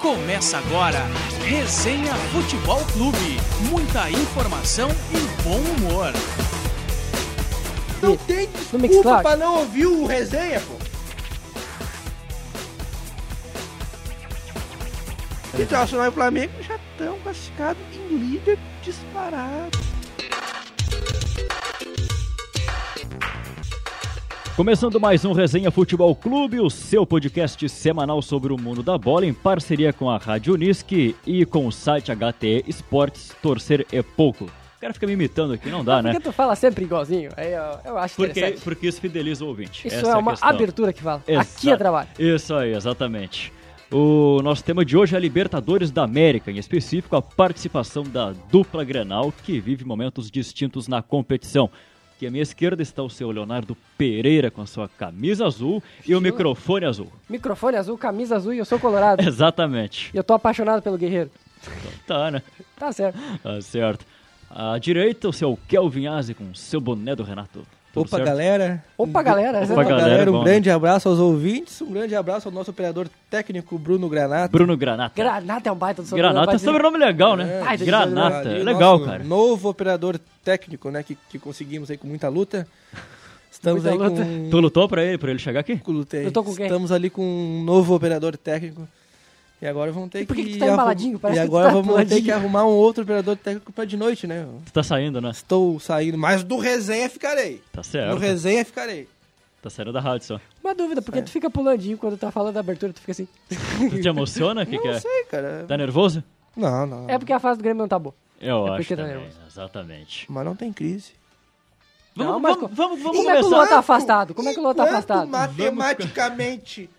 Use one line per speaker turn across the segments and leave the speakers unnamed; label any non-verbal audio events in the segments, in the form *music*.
Começa agora, Resenha Futebol Clube. Muita informação e bom humor.
Não tem desculpa
Mixcloud?
pra não ouvir o resenha, pô. Tá Internacional e Flamengo já estão classificados em líder disparado.
Começando mais um Resenha Futebol Clube, o seu podcast semanal sobre o mundo da bola, em parceria com a Rádio Unisque e com o site HTE Esportes, torcer é pouco. O cara fica me imitando aqui, não dá,
Por
né?
que tu fala sempre igualzinho? Aí eu, eu acho
Porque,
é interessante.
porque isso fideliza o ouvinte.
Isso
Essa
é
a
uma
questão.
abertura que fala. Aqui é
Exato.
trabalho.
Isso aí, exatamente. O nosso tema de hoje é Libertadores da América, em específico a participação da dupla Grenal, que vive momentos distintos na competição. Aqui à minha esquerda está o seu Leonardo Pereira com a sua camisa azul e o microfone azul.
Microfone azul, camisa azul e eu sou colorado.
*laughs* Exatamente.
e eu tô apaixonado pelo guerreiro.
Tá, né?
Tá certo.
Tá certo. À direita, o seu Kelvin Aze com o seu boné do Renato. Tudo
Opa,
certo?
galera.
Opa, galera. tá-
Opa, galera.
um
bom, né?
grande abraço aos ouvintes, um grande abraço ao nosso operador técnico Bruno Granato.
Bruno Granata.
Granata é um baita do sobrenome.
Granata é
pode dizer.
sobrenome legal, né?
É,
Granata.
Ali,
É legal,
nosso
cara.
Novo operador técnico, né, que, que conseguimos aí com muita *laughs* luta. Estamos
Muita
aí
luta.
com
Tu lutou pra ele, pra ele chegar aqui?
com lutei.
Eu tô com quem?
Estamos ali com um novo operador técnico. E agora vão ter
E por que que tu tá
arru-
embaladinho? Parece
e
que tu
agora
tá
vamos ter
embaladinho.
que arrumar um outro operador técnico pra de noite, né? Eu
Tu tá saindo, né?
Estou saindo, mas do resenha ficarei.
Tá
Do
certo.
resenha ficarei.
Tá saindo da rádio só.
Uma
É.
dúvida, porque tu fica pulandinho quando tá falando da abertura, tu fica assim.
Tu te emociona? O que, que
Não
é?
sei, cara.
Tá nervoso?
Não, não.
Ah.
É porque a fase do Grêmio não tá boa.
Eu
É
acho.
porque tá
também,
nervoso.
Exatamente.
Mas não tem crise.
Vamos,
mas
vamos,
co-
vamos, vamos
Como é que o
começar.
Luan tá afastado? Como é que o Luan tá
Enquanto
afastado?
matematicamente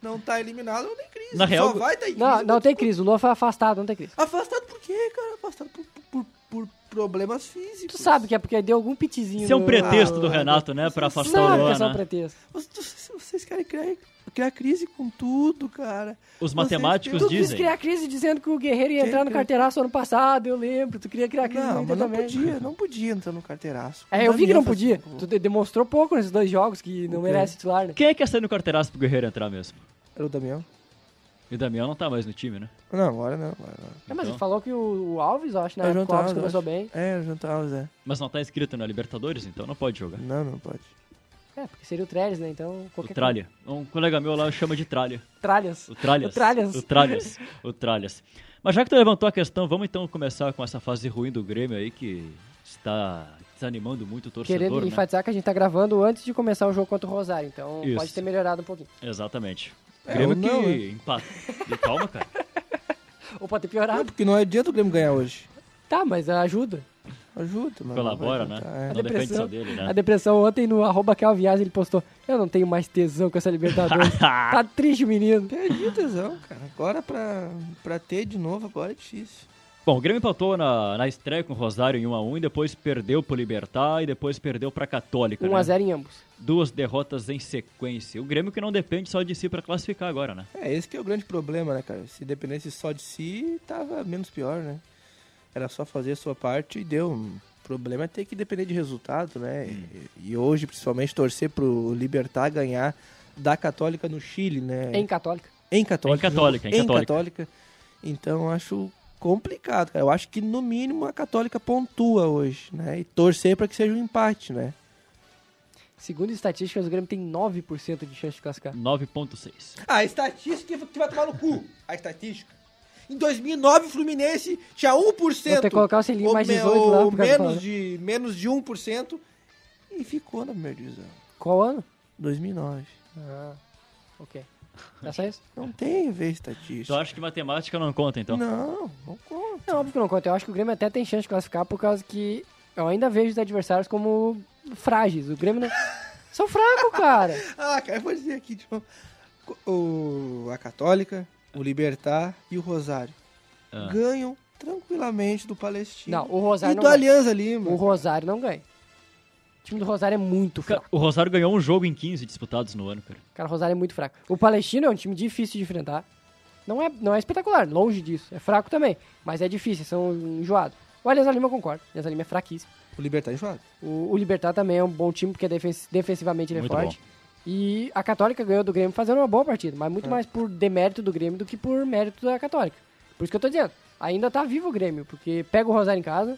não tá eliminado, não tem crise.
Na real,
Só vai ter crise.
Não, não tem crise. O Luan foi afastado, não tem crise.
Afastado por quê, cara? Afastado por, por- por problemas físicos.
Tu sabe que é porque deu algum pitizinho.
Isso é um
no- Ah,
pretexto do Renato, né? Pra
Sabe
afastar o
que é
Luan,
só um
né?
pretexto.
Vocês, vocês querem criar, criar crise com tudo, cara.
Os
Vocês
matemáticos
Tu
têm-
quis
dizem.
criar crise dizendo que o Guerreiro ia entrar no carteiraço ano passado, eu lembro. Tu queria criar crise no
Não,
Inter
mas não
também.
podia, não podia entrar no carteiraço.
É, eu vi que não podia.
Era
Tu de- demonstrou pouco nesses dois jogos que não
O quê?
merece titular, né?
Quem é que ia sair no carteiraço pro Guerreiro entrar mesmo?
o Damião?
E o Damião não tá mais no time, né?
Não, agora não. Agora não.
É, mas
Então.
ele falou que o, o Alves, eu acho, né?
É o
época,
Jonathan
O Alves
Alves,
começou
eu
bem.
É, jantava, Zé.
Mas não tá inscrito na Libertadores, então não pode jogar.
Não, não pode.
É, porque seria o Trellis, né? Então,
O
qualquer
Tralha. Um colega meu lá chama de Tralha.
coisa. Tralhas.
O Tralhas.
O Tralhas.
O Tralhas. O Tralhas. Mas já que tu levantou a questão, vamos então começar com essa fase ruim do Grêmio aí que está desanimando muito o torcedor,
Querendo
né?
enfatizar que a gente tá gravando antes de começar o jogo contra o Rosário, então
Isso.
pode ter melhorado um pouquinho.
Exatamente.
É,
Grêmio
ou não,
que
né?
empata. E calma,
*laughs*
cara.
Ou pode ter
Não,
piorado.
porque não adianta o Grêmio ganhar hoje.
*laughs* Tá, mas ajuda.
Ajuda, mano. é.
Colabora, né? Não depende
depressão.
só dele,
É, A
né?
depressão ontem no arroba Calviaz ele postou: Eu não tenho mais tesão com essa Libertadores.
*laughs*
tá triste, menino.
É,
Perdi o tesão, É cara. Agora pra, pra ter de novo, agora é difícil.
Bom, o Grêmio empatou na, na estreia com o Rosário em 1x1 e depois perdeu pro Libertar e depois perdeu pra Católica, né?
1x0 em ambos.
Duas derrotas em sequência. O Grêmio que não depende só de si pra classificar agora, né?
É, esse que é o grande problema, né, cara? Se dependesse só de si, tava menos pior, né? Era só fazer a sua parte e deu. O problema é ter que depender de resultado, né?
Hum.
E, e hoje, principalmente, torcer pro Libertar ganhar da Católica no Chile, né?
Em Católica.
Em Católica.
Em Católica, em
jogo
Católica.
Católica. Então, acho complicado, cara. Eu acho que, no mínimo, a Católica pontua hoje, né? E torcer pra que seja um empate, né?
Segundo estatísticas, o Grêmio tem 9% de chance de classificar.
9.6.
Ah, A estatística que vai tomar no cu. A estatística. Em 2009, o Fluminense tinha 1%.
Vou ter que colocar o selinho
ou
mais
me-
18 lá
ou
por causa do
menos
Paulo.
de, menos de 1%. E ficou na primeira divisão.
Qual ano?
2009.
Ah, ok. É só isso?
Não tem a ver
Tu
estatística.
acha Então, que matemática não conta, então?
Não, não conta.
Não, óbvio que não conta. Eu acho que o Grêmio até tem chance de classificar por causa que eu ainda vejo os adversários como frágeis. O Grêmio não... São fracos, cara.
Ah, cara, eu vou dizer aqui de novo. O, a Católica, o Libertar e o Rosário
Ah.
ganham tranquilamente do Palestino.
Não, o Rosário
e
não
do
ganha.
Alianza Lima.
O Rosário não ganha. O time do Rosário é muito
Cara,
fraco.
O Rosário ganhou um jogo em 15 disputados no ano, cara.
Cara, o Rosário é muito fraco. O Palestino é um time difícil de enfrentar. Não é, não é espetacular, longe disso. É fraco também, mas é difícil, são enjoados. O Alianza Lima eu concordo. O Alianza Lima é fraquíssimo.
O Libertar enjoado.
O, o Libertar também é um bom time, porque defen- defensivamente ele é
Muito
forte. E a Católica ganhou do Grêmio fazendo uma boa partida, mas
É.
muito mais por demérito do Grêmio do que por mérito da Católica. Por isso que eu tô dizendo, ainda tá vivo o Grêmio, porque pega o Rosário em casa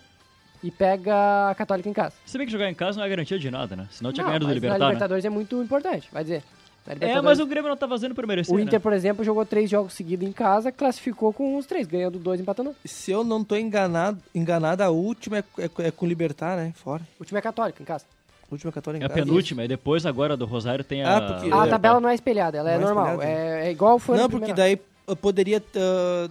e pega a Católica em casa.
Se bem que jogar em casa não é garantia de nada, né? Senão tinha
Não,
ganhado do
mas
Libertar,
na
né?
Libertadores é muito importante, vai dizer. Na
É,
Libertadores-
mas o Grêmio não tá fazendo por merecer,
O Inter,
né?
por exemplo, jogou três jogos seguidos em casa, classificou com os três, ganhando dois, empatando um.
Se eu não tô enganado, enganado a última é, é- é com o Libertar, né? Fora.
O time é católico em casa.
A última católica
É
em
a
casa.
penúltima, e depois agora do Rosário tem a...
Ah, porque-
A
É,
tabela não é espelhada, ela é
Não é
normal.
espelhada,
É, é igual foi
Não,
no
porque
primeiro
daí eu poderia ah,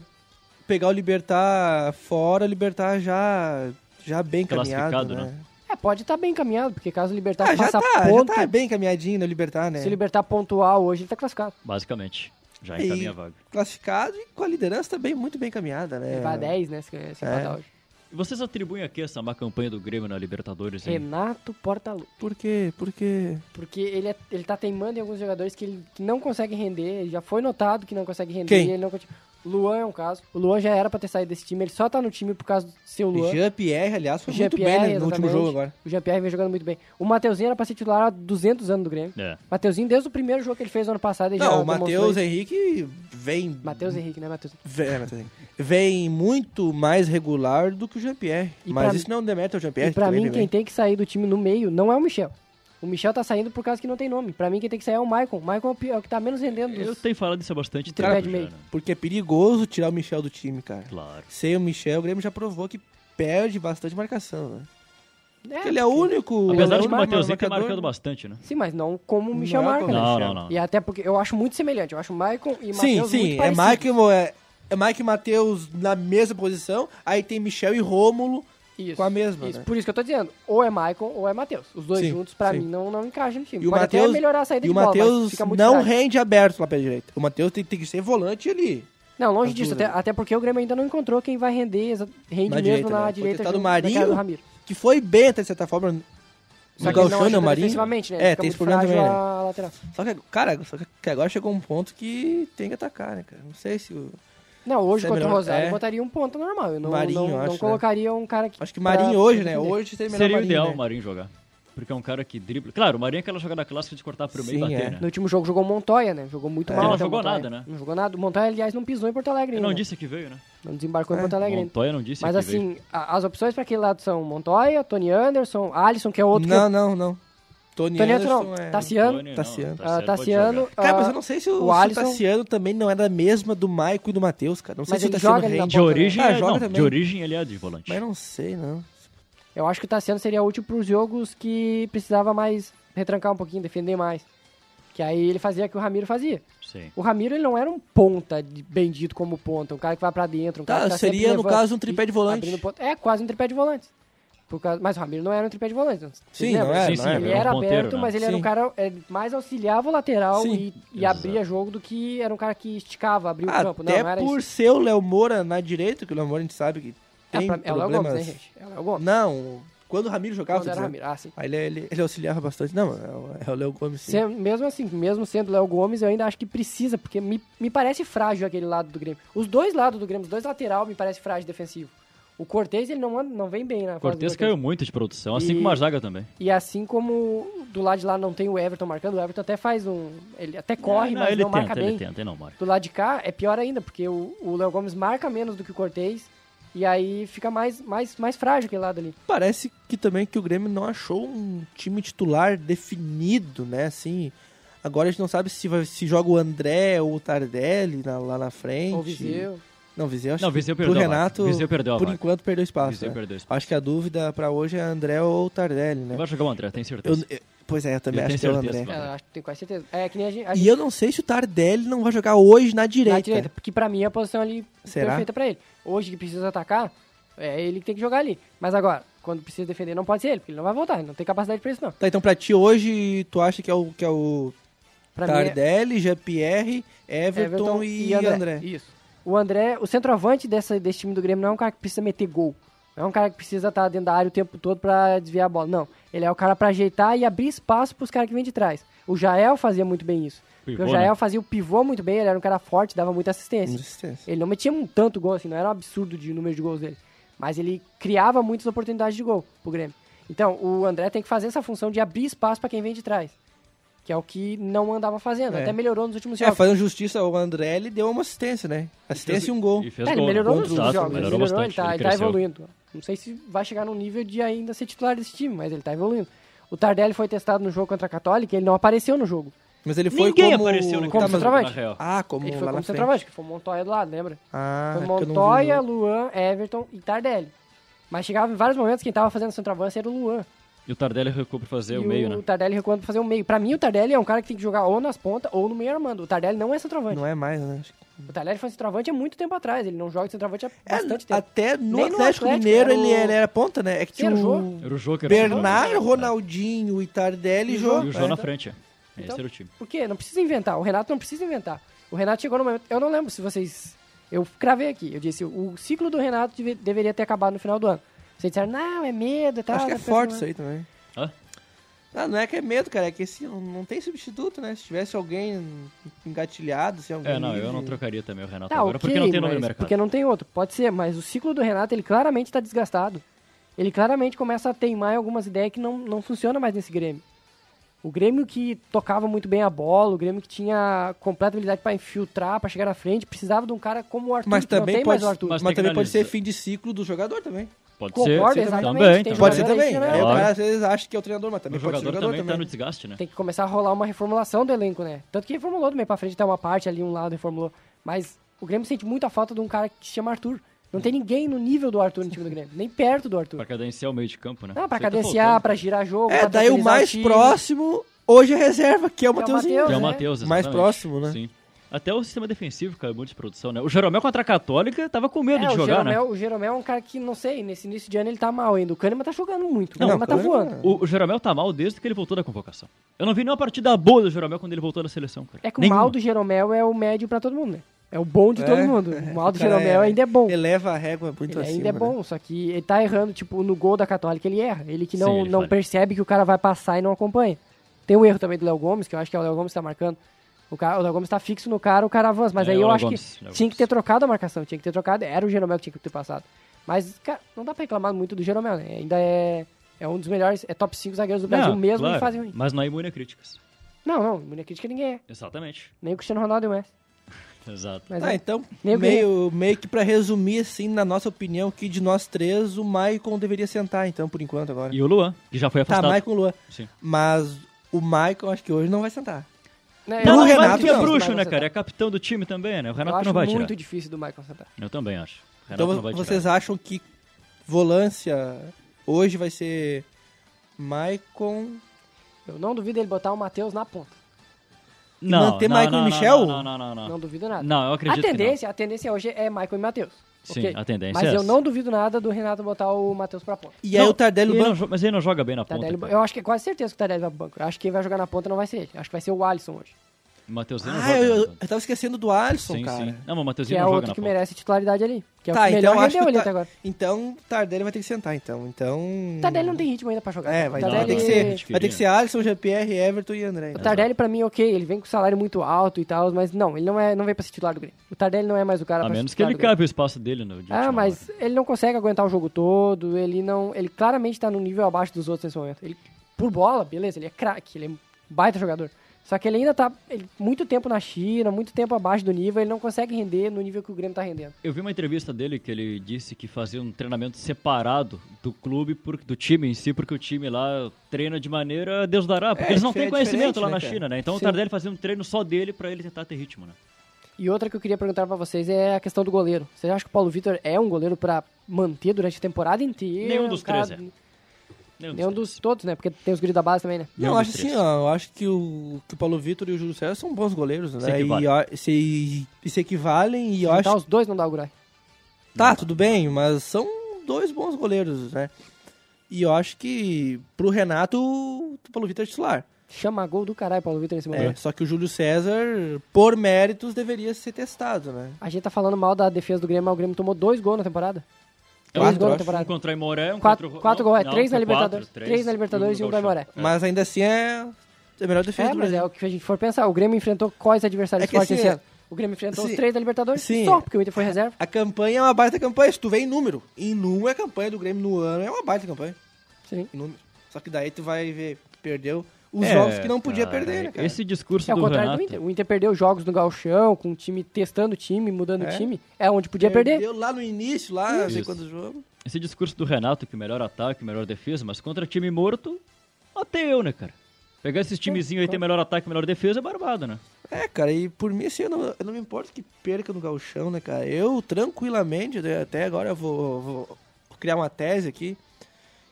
pegar o Libertar fora, o Libertar já, já bem
Classificado,
caminhado, né?
ano. É, pode estar bem encaminhado, porque caso o Libertar
Ah, já
faça
tá, já
ponto,
tá bem caminhadinho no Libertar, né?
se o Libertar pontual hoje, ele tá classificado.
Basicamente. Já
E-
encaminha a vaga.
Classificado e com a liderança também muito bem caminhada, né?
Ele vai a 10, né, se, ganhar- se
É.
empatar hoje.
E vocês atribuem aqui essa má campanha do Grêmio na Libertadores, hein?
Renato Portaluppi.
Por quê? Por quê?
Porque ele, é- ele tá teimando em alguns jogadores que ele que não consegue render, ele já foi notado que não consegue render.
Quem?
e ele não continua. Luan é um caso. O Luan já era pra ter saído desse time, ele só tá no time por causa do seu Luan.
Jean-Pierre, aliás, foi
O
muito
Jean-Pierre,
bem né, no último
exatamente.
jogo agora.
O Jean-Pierre vem jogando muito bem. O Mateuzinho era pra ser titular há 200 anos do Grêmio.
É.
Mateuzinho, desde o primeiro jogo que ele fez ano passado, ele já
Não, o
demonstrou
Matheus
isso.
Henrique vem...
Matheus Henrique, né, Matheus?
Vem, é, Matheus Henrique. vem muito mais regular do que o Jean-Pierre.
E
Mas
pra-
isso não é um demérito ao Jean-Pierre.
E pra
que também
mim,
vem
quem tem que sair do time no meio não é o Michel. O Michel tá saindo por causa que não tem nome. Pra mim, quem tem que sair é o Maicon. O Maicon é o pi- é o que tá menos rendendo.
Eu
Dos...
tenho falado isso há bastante
Cara,
tempo
meio.
já, né?
bem. Porque é perigoso tirar o Michel do time, cara.
Claro.
Sem o Michel, o Grêmio já provou que perde bastante marcação, né?
É,
Porque ele é o único...
Apesar de
é
que
único
o Mateuzinho tá
marcador,
marcando
né?
bastante, né?
Sim, mas não como o Michel
Não é
marca.
como
né?
Não,
Michel.
não, não.
E até porque eu acho muito semelhante. Eu acho o Maicon
Sim,
e Matheus muito
sim. É
parecidos.
Mike, e Mo- é, é Mike e Matheus na mesma posição. Aí tem Michel e Rômulo
Isso,
com a mesma,
isso.
né?
Por isso que eu tô dizendo. Ou é Maicon ou é Matheus. Os dois
Sim,
juntos, pra
sim.
mim, não, não encaixam no time.
E o
Pode
Matheus
até melhorar a saída
e
de
o
bola, mas
Matheus
fica muito
não
frágil.
rende aberto lá pela direita. O Matheus tem, tem que ser volante ali.
Não, longe
As
disso,
duas
até,
ali.
até porque o Grêmio ainda não encontrou quem vai render, exa- rende
né? Na
mesmo
direita,
na
né? Porque
direita
tá do
junto na cara
Marinho,
do Ramiro.
Que foi bem, até de certa forma, no
Só que ele
Galchão,
não
né,
ajuda
o Marinho.
defensivamente, né?
É,
Fica
tem esse
muito
problema
frágil
também, né?
a lateral.
Só que, cara, só que agora chegou um ponto que tem que atacar, né, cara? Não sei se o...
Não, hoje
Isso é
contra o
melhor,
Rosário
é.
eu botaria um ponto normal. Eu não,
Marinho,
não,
eu
não
acho, né?
colocaria um cara que.
Acho que Marinho hoje, né? Hoje seria melhor
Seria o
Marinho,
ideal
né?
o Marinho jogar. Porque é um cara que dribla... Claro, o Marinho é aquela jogada clássica de cortar pro meio e
Sim,
bater,
é.
né?
No último jogo jogou o Montoya, né? Jogou muito
É.
mal.
Ele não
até o
jogou
Montoya.
nada, né?
Não jogou nada. O Montoya, aliás, não pisou em Porto Alegre
Ele
ainda.
não disse que veio, né?
Não desembarcou em
É.
Porto Alegre ainda.
Montoya não disse
Mas
que veio.
assim, a- as opções pra aquele lado são Montoya, Tony Anderson, Alisson, que é outro.
Não, não, não. Tony,
que... Tony
Anderson,
Anderson, não.
é...
Tassiano.
Antônio, não,
Tassiano.
ah,
Tassiano pode
Tassiano.
jogar.
Cara,
ah,
mas eu não sei se
o
o, se o
Alisson-
Tassiano também não é da mesma do Maico e do Matheus, cara. Não sei
Mas
se o
ele
Tassiano
joga ali na
rende.
De origem,
Ah,
é-
joga
não,
também.
de origem ele é de volante.
Mas não sei, não.
Eu acho que o Tassiano seria útil para os jogos que precisava mais retrancar um pouquinho, defender mais. Que aí ele fazia o que o Ramiro fazia.
Sim.
O Ramiro ele não era um ponta de- bendito como ponta, um cara que vai pra dentro, um cara
Tá,
que tá sempre
seria, no
levando
caso, um
e
tripé de volante.
abrindo ponta. É, quase um tripé de volante. Por causa- Mas o Ramiro não era um tripé de volante. não-
Sim,
vocês
não
lembram?
é,
Sim,
não
sim,
é.
é
Ele
um
era
ponteiro,
aberto,
né?
mas ele era um
Sim.
cara é, mais auxiliava o lateral
Sim.
e, e abria jogo do que era um cara que esticava, abria o campo. Não,
Ah, Até
não era
por
isso.
ser o Léo Moura na direita, que o Léo Moura a gente sabe que
É,
tem
pra- é o Léo
problemas... né?
Gomes, né, gente? É o Léo Gomes.
Não, quando o Ramiro jogava,
Quando
tô
era o
dizendo.
Ramiro. Ah, sim.
Aí ele, ele, ele auxiliava bastante. Não, é o- é o Léo Gomes, sim.
Se- mesmo assim, mesmo sendo Léo Gomes, eu ainda acho que precisa, porque me, me parece frágil aquele lado do Grêmio. Os dois lados do Grêmio, os dois lateral me parece frágil defensivo. O Cortez, ele não, anda- não vem bem na fase do
Cortez caiu muito de produção, assim
E-
como a zaga também.
E assim como do lado de lá não tem o Everton marcando, o Everton até faz um... Ele até corre,
não,
mas
ele
não
tenta,
marca
ele
bem.
tenta, ele não marca.
Do lado de cá é pior ainda, porque o, o Léo Gomes marca menos do que o Cortez, e aí fica mais, mais, mais frágil aquele lado ali.
Parece que também que o Grêmio não achou um time titular definido, né? Assim, agora a gente não sabe se, vai, se joga o André ou o Tardelli na- lá na frente.
Ou o Viseu.
Não, Viseu acho
Não,
que
Viseu
pro
perdeu a vaga.
Renato,
Viseu perdeu a
por
vaga.
enquanto, perdeu espaço.
Viseu
né?
perdeu espaço.
Acho que a dúvida pra hoje é André ou Tardelli, né?
Vai jogar o André, tenho
Eu-
certeza.
eu- pois é, eu também
Eu
acho
tenho
que é o
certeza,
André.
É,
André.
acho que tenho quase certeza. É que nem a gente... a
E eu não sei se o Tardelli não vai jogar hoje na direita.
Na direita, porque pra mim é a posição ali
Será?
perfeita pra ele. Hoje que precisa atacar, é ele que tem que jogar ali. Mas agora, quando precisa defender, não pode ser ele, porque ele não vai voltar, ele não tem capacidade pra isso não.
Tá, então pra ti hoje, tu acha que é o, que é o
Pra mim
Tardelli, Jean-Pierre,
é
Everton, e, André.
Isso. O André, o centroavante dessa, desse time do Grêmio não é um cara que precisa meter gol. Não é um cara que precisa estar dentro da área o tempo todo pra desviar a bola. Não. Ele é o cara pra ajeitar e abrir espaço pros caras que vêm de trás. O Jael fazia muito bem isso. Porque
Pivô,
o Jael
né?
fazia o pivô muito bem, ele era um cara forte, dava muita assistência.
Assistência.
Ele não metia um tanto gol assim, não era um absurdo de número de gols dele. Mas ele criava muitas oportunidades de gol pro Grêmio. Então, o André tem que fazer essa função de abrir espaço pra quem vem de trás. Que é o que não andava fazendo.
É.
Até melhorou nos últimos
É,
jogos.
fazendo justiça ao André, ele deu uma assistência, né? Assistência e um gol.
E fez
É, ele
gol,
melhorou
gol
nos
do
últimos
Zaza,
jogos. Ele
Melhorou
melhorou,
bastante.
ele tá,
ele
ele tá
cresceu.
evoluindo. Não sei se vai chegar no nível de ainda ser titular desse time, mas ele tá evoluindo. O Tardelli foi testado no jogo contra a Católica, ele não apareceu no jogo.
Mas ele foi
Ninguém
como...
apareceu
Tá,
naquele
mas-
jogo,
centroavante.
na real.
Ah, como
ele
lá
foi
na
como
frente.
centroavante, que foi o Montoya do lado, lembra?
Ah,
Foi
que eu não vi o
Montoya,
jogo.
Luan, Everton e Tardelli. Mas chegava em vários momentos quem tava fazendo centroavante era o Luan.
E o Tardelli recuou pra fazer
e
o meio,
o
né?
Tardelli recuando pra fazer o meio. Pra mim, o Tardelli é um cara que tem que jogar ou nas pontas ou no meio armando. O Tardelli não é centroavante.
Não é mais, né? Acho que-
O Tardelli foi centroavante há muito tempo atrás. Ele não joga de centroavante há bastante tempo.
é, Até no
Nem no
Atlético,
Atlético,
Mineiro
era o-
ele, ele era ponta, né? É que
Sim,
tinha
era o
o
Jô.
Era o jogo que era
Bernard,
centroavante. né?
Ronaldinho, Itardelli e
E
Jô.
o Jô
É.
na frente. é.
Então-
Esse era o time.
Por quê? Não precisa inventar. O Renato não precisa inventar. O Renato chegou no momento. Eu não lembro se vocês. Eu cravei aqui. Eu disse: o ciclo do Renato deve- deveria ter acabado no final do ano. Vocês disseram: não, é medo e tal.
Acho que é
depois
forte
não
isso aí também.
Hã?
Ah, não é que é medo, cara, é que esse, não, não tem substituto, né? Se tivesse alguém engatilhado, se alguém.
É, não, eu
livre-
não trocaria também o Renato
Então, Tá,
agora,
ok,
porque não tem nome no
mas-
mercado.
Porque não tem outro. Pode ser, mas o ciclo do Renato, ele claramente está desgastado. Ele claramente começa a teimar em algumas ideias que não, não funcionam mais nesse Grêmio. O Grêmio que tocava muito bem a bola, o Grêmio que tinha completa habilidade para infiltrar, para chegar na frente, precisava de um cara como o Arthur,
Mas
que não
também,
tem
pode,
mais o Arthur.
mas
Mas tem
também
que
pode ser
analisar.
fim de ciclo do jogador também.
Pode
Concordo,
ser.
exatamente.
Também,
tem
tem
Pode
jogador
ser
aí
também.
que não é
Aí o
jogador.
cara às vezes acha que é o treinador, mas
O
também pode ser
jogador
jogador
também tá no
também.
desgaste, né?
Tem que começar a rolar uma reformulação do elenco, né? Tanto que reformulou do meio pra frente, tá uma parte ali, um lado reformulou. Mas o Grêmio sente muito a falta de um cara que se chama Arthur. Não tem ninguém no nível do Arthur no time do Grêmio, nem perto do Arthur.
Pra cadenciar o meio de campo, né?
Não, Ah, pra
Isso aí tá
cadenciar,
faltando.
pra girar jogo.
É,
pra
daí o
tranquilizar
mais
time.
próximo hoje é reserva, que é o
Que é o
Mateuzinho.
Que é o
né?
Matheus,
Mais
exatamente.
próximo, né?
Sim. Até o sistema defensivo caiu muito de produção, né? O Jeromel contra a Católica tava com medo
É,
de
o,
jogar, né?
Jeromel, o Jeromel é um cara que, não sei, nesse início de ano ele tá mal ainda. O Kahneman tá jogando muito, o
Não,
Kahneman tá
Kahneman-
voando.
O, o Jeromel tá mal desde que ele voltou da convocação. Eu não vi nenhuma partida boa do Jeromel quando ele voltou da seleção, cara.
É que o
Nenhuma.
mal do Jeromel é o médio pra todo mundo, né? É o bom de todo
É,
mundo.
*laughs*
O mal do
cara
Jeromel ainda é bom.
Eleva a régua muito
Ele
acima.
ainda é
né?
bom, só que ele tá errando, tipo, no gol da Católica ele erra. Ele que não,
Sim, ele
não
falha.
percebe que o cara vai passar e não acompanha. Tem o erro também do Léo Gomes, que eu acho que é o Léo Gomes que tá marcando. O, cara, o Léo Gomes tá fixo no cara, o cara avança. Mas
É,
aí
o
eu
Léo
acho
Gomes,
que
Léo
tinha que
Gomes.
ter trocado a marcação, tinha que ter trocado. Era o Jeromel que tinha que ter passado. Mas, cara, não dá pra reclamar muito do Jeromel, né? Ainda é, é um dos melhores, é top 5 zagueiros do
Não,
Brasil, mesmo
claro,
que fazem ruim.
Mas não é imune a críticas.
Não, não, não é crítica ninguém é.
Exatamente.
Nem o Cristiano Ronaldo é.
Exato.
Mas
Tá,
é.
então,
Meio
meio,
que-
meio, que pra resumir, assim, na nossa opinião, que de nós três, o Maicon deveria sentar, então, por enquanto agora.
E o Luan, que já foi
Tá,
afastado.
Maicon e Luan.
Sim.
Mas o Maicon, acho que hoje não vai sentar.
Né,
Pro
eu
Não,
acho
não,
que
Renato,
mas porque é
não.
bruxo, né, cara? É capitão do time também, né? O
Eu
Renato
acho
não vai
muito
tirar.
difícil do Michael Santana.
Eu também acho. O Renato não
Então,
vai
vocês
tirar.
acham que volância hoje vai ser Maicon...
Eu não duvido ele botar o Matheus na ponta.
manter Maicon e Michel?
Não, não, não, não.
Não duvido nada.
Ah. Não, eu acredito
a tendência, a tendência hoje é Michael e Matheus.
Sim,
ok?
a tendência
Mas
é
eu
essa.
não duvido nada do Renato botar o Matheus pra ponta.
E
que não.
aí
Não,
o Tardelli
ele
no
não
banco.
jo- Mas ele não joga bem na ponta.
Tardelli,
cara.
eu acho que é quase certeza que o Tardelli vai pro banco. Eu acho que quem vai jogar na ponta não vai ser ele. Acho que vai ser o Alisson hoje.
O Mateuzinho não
Ah,
joga.
eu,
na
eu,
ponta.
tava esquecendo do Alisson,
Sim,
cara.
sim. Não, mas o
Que
Mateuzinho
é
não joga
outro
na
que
ponta.
merece titularidade ali. Que é o
Tá,
que melhor
então acho que
rendeu
o
ali
Tar-
até agora.
Então o Tardelli vai ter que sentar, então. Então...
O Tardelli não tem ritmo ainda pra jogar.
É, vai,
O
Não,
vai ter que
Tardelli-
ser, vai ter que ser Alisson, Jean-Pierre, Everton e André.
O Tardelli, pra mim, ok, ele vem com salário muito alto e tal, mas não, ele não, é, não vem pra ser titular do Grêmio. O Tardelli não é mais o cara
A
pra ser
menos que
titular
ele
do Grêmio.
cabe o espaço dele no de
Ah,
última
mas ele não consegue aguentar o jogo todo, ele não. Ele claramente tá num nível abaixo dos outros nesse momento. Ele, por bola, beleza, ele é craque, ele é um baita jogador. Só que ele ainda tá ele, muito tempo na China, muito tempo abaixo do nível, ele não consegue render no nível que o Grêmio tá rendendo.
Eu vi uma entrevista dele que ele disse que fazia um treinamento separado do clube, por- do time em si, porque o time lá treina de maneira Deus dará, porque
É,
eles não
é
têm
diferente,
conhecimento lá
né,
na
cara?
China, né? Então o
Sim.
Tardelli fazia um treino só dele pra ele tentar ter ritmo, né?
E outra que eu queria perguntar pra vocês é a questão do goleiro. Vocês acham que o Paulo Vitor é um goleiro pra manter durante a temporada inteira?
Nenhum dos
Um cara-
três é. Nenhum
Nenhum
três.
dos todos, né? Porque tem os guris da base também, né?
Não,
Nenhum
eu acho
dos
assim,
três.
ó, eu acho que o, que o Paulo Vitor e o Júlio César são bons goleiros, né?
Se equivalem.
E, ó, se, e se equivalem, e eu
Então
acho.
os dois não dá o Gurai.
Tá, tudo bem, mas são dois bons goleiros, né? E eu acho que pro Renato, o Paulo Vitor é titular.
Chama gol do caralho, Paulo Vitor, nesse
É,
momento.
Só que o Júlio César, por méritos, deveria ser testado, né?
A gente tá falando mal da defesa do Grêmio, mas o Grêmio tomou dois gols na temporada.
É um
Dois
Quatro,
gols na
acho.
temporada.
Um contra o Imoré, um
Quatro,
contra o...
quatro
não,
gols, é.
não,
Três na
foi quatro,
Libertadores, três na Libertadores e um
no
do
Gauchão.
Imoré.
Mas ainda assim é a melhor defesa
É,
do
mas é
Brasil.
o que a gente for pensar. O Grêmio enfrentou quais adversários
É que
fortes
assim,
esse ano? O Grêmio enfrentou
sim.
os três da Libertadores
Sim.
só, porque o Inter foi reserva.
A campanha é uma baita campanha. Se tu vê em número, em número, a é campanha do Grêmio no ano é uma baita campanha.
Sim.
Em número. Só que daí tu vai ver, perdeu os
É,
jogos que não podia
cara,
perder, né, cara?
Esse discurso
É o
do
contrário
Renato.
do Inter. O Inter perdeu jogos no Galchão, com o time testando o time, mudando
É.
o time. É onde podia perder.
Perdeu lá no início, lá, não sei
Isso.
quantos jogos.
Esse discurso do Renato, que o melhor ataque, o melhor defesa, mas contra time morto, até eu, né, cara? Pegar esses timezinhos aí tem melhor ataque, melhor defesa é barbado, né?
É, cara, e por mim, assim, eu não, eu não me importo que perca no galchão, né, cara? Eu, tranquilamente, né, até agora eu vou, vou criar uma tese aqui.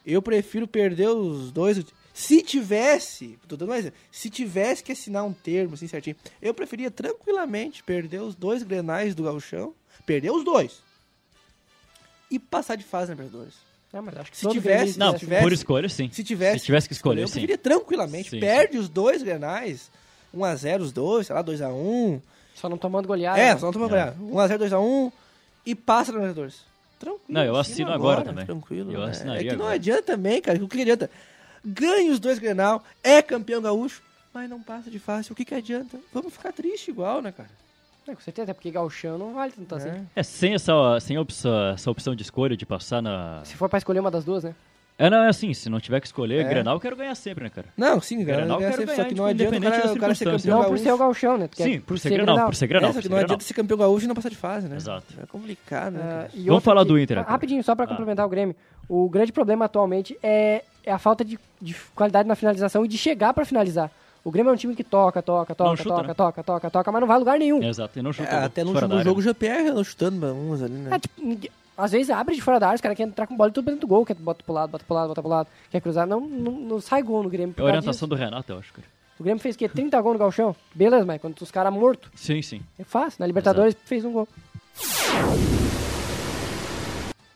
Eu prefiro perder os dois. Se tivesse, tô dando um exemplo, se tivesse que assinar um termo, assim, certinho, eu preferia tranquilamente perder os dois grenais do galchão, perder os dois, e passar de fase na Libertadores.
É, mas acho que
Se
todo
tivesse-
gremista
Não,
é assim.
tivesse-
por escolha, sim.
Se tivesse,
Se tivesse que escolher,
eu
sim.
preferia tranquilamente,
Sim,
perde os dois grenais, 1x0 os dois, um, sei lá, 2x1,
Só não tomando goleada.
É,
né?
só não toma goleada. 1x0, 2x1 e passa na Libertadores. Tranquilo. assim, é
Não, eu assino agora também.
Tranquilo.
Eu
né?
assinaria
É que não
agora.
adianta também, cara. O que adianta? Ganha os dois Grenal, é campeão gaúcho, mas não passa de fácil. O que que adianta? Vamos ficar triste igual, né, cara?
É, com certeza, até porque Galchão não vale tanto assim.
É.
É, sem essa, sem a opção, essa opção de escolha de passar na.
Se for pra escolher uma das duas, né?
É, não, é assim, se não tiver que escolher,
É.
Grenal, eu quero ganhar sempre, né, cara?
Não, sim, Grenal
Grenal
ganha
quero
sempre, só
ganhar,
que não
tipo,
adianta o cara,
independente
o cara ser
das circunstâncias.
campeão
Não
gaúcho.
por ser o Galchão, né? Tu quer
Sim, por ser Grenal, por ser Grenal.
É,
por
só
ser
que não
Grenal.
adianta ser campeão gaúcho e não passar de fase, né?
Exato.
É complicado, né?
Ah,
cara?
e
Vamos
outra
falar
que-
do Inter agora.
Rapidinho, só pra
Ah.
complementar o Grêmio. O grande problema atualmente é, é a falta de, de qualidade na finalização e de chegar pra finalizar. O Grêmio é um time que toca, toca, toca,
chuta,
toca,
né?
toca, toca, toca, mas não vai a lugar nenhum.
Exato, e não chuta.
É, até no
fora da
último
área.
jogo o GPR andou chutando uns ali, né?
É, tipo, ninguém- às vezes abre de fora da área, os caras querem entrar com bola e tudo dentro do gol, quer bota pro lado, bota pro lado, bota pro lado, quer cruzar. Não, não, não sai gol no Grêmio.
É
por
a
causa
orientação do Renato, eu acho, cara.
disso. O Grêmio fez o quê? 30 gols no Galchão? Beleza, mas quando os caras mortos,
Sim, sim.
é fácil. Na Libertadores fez um gol.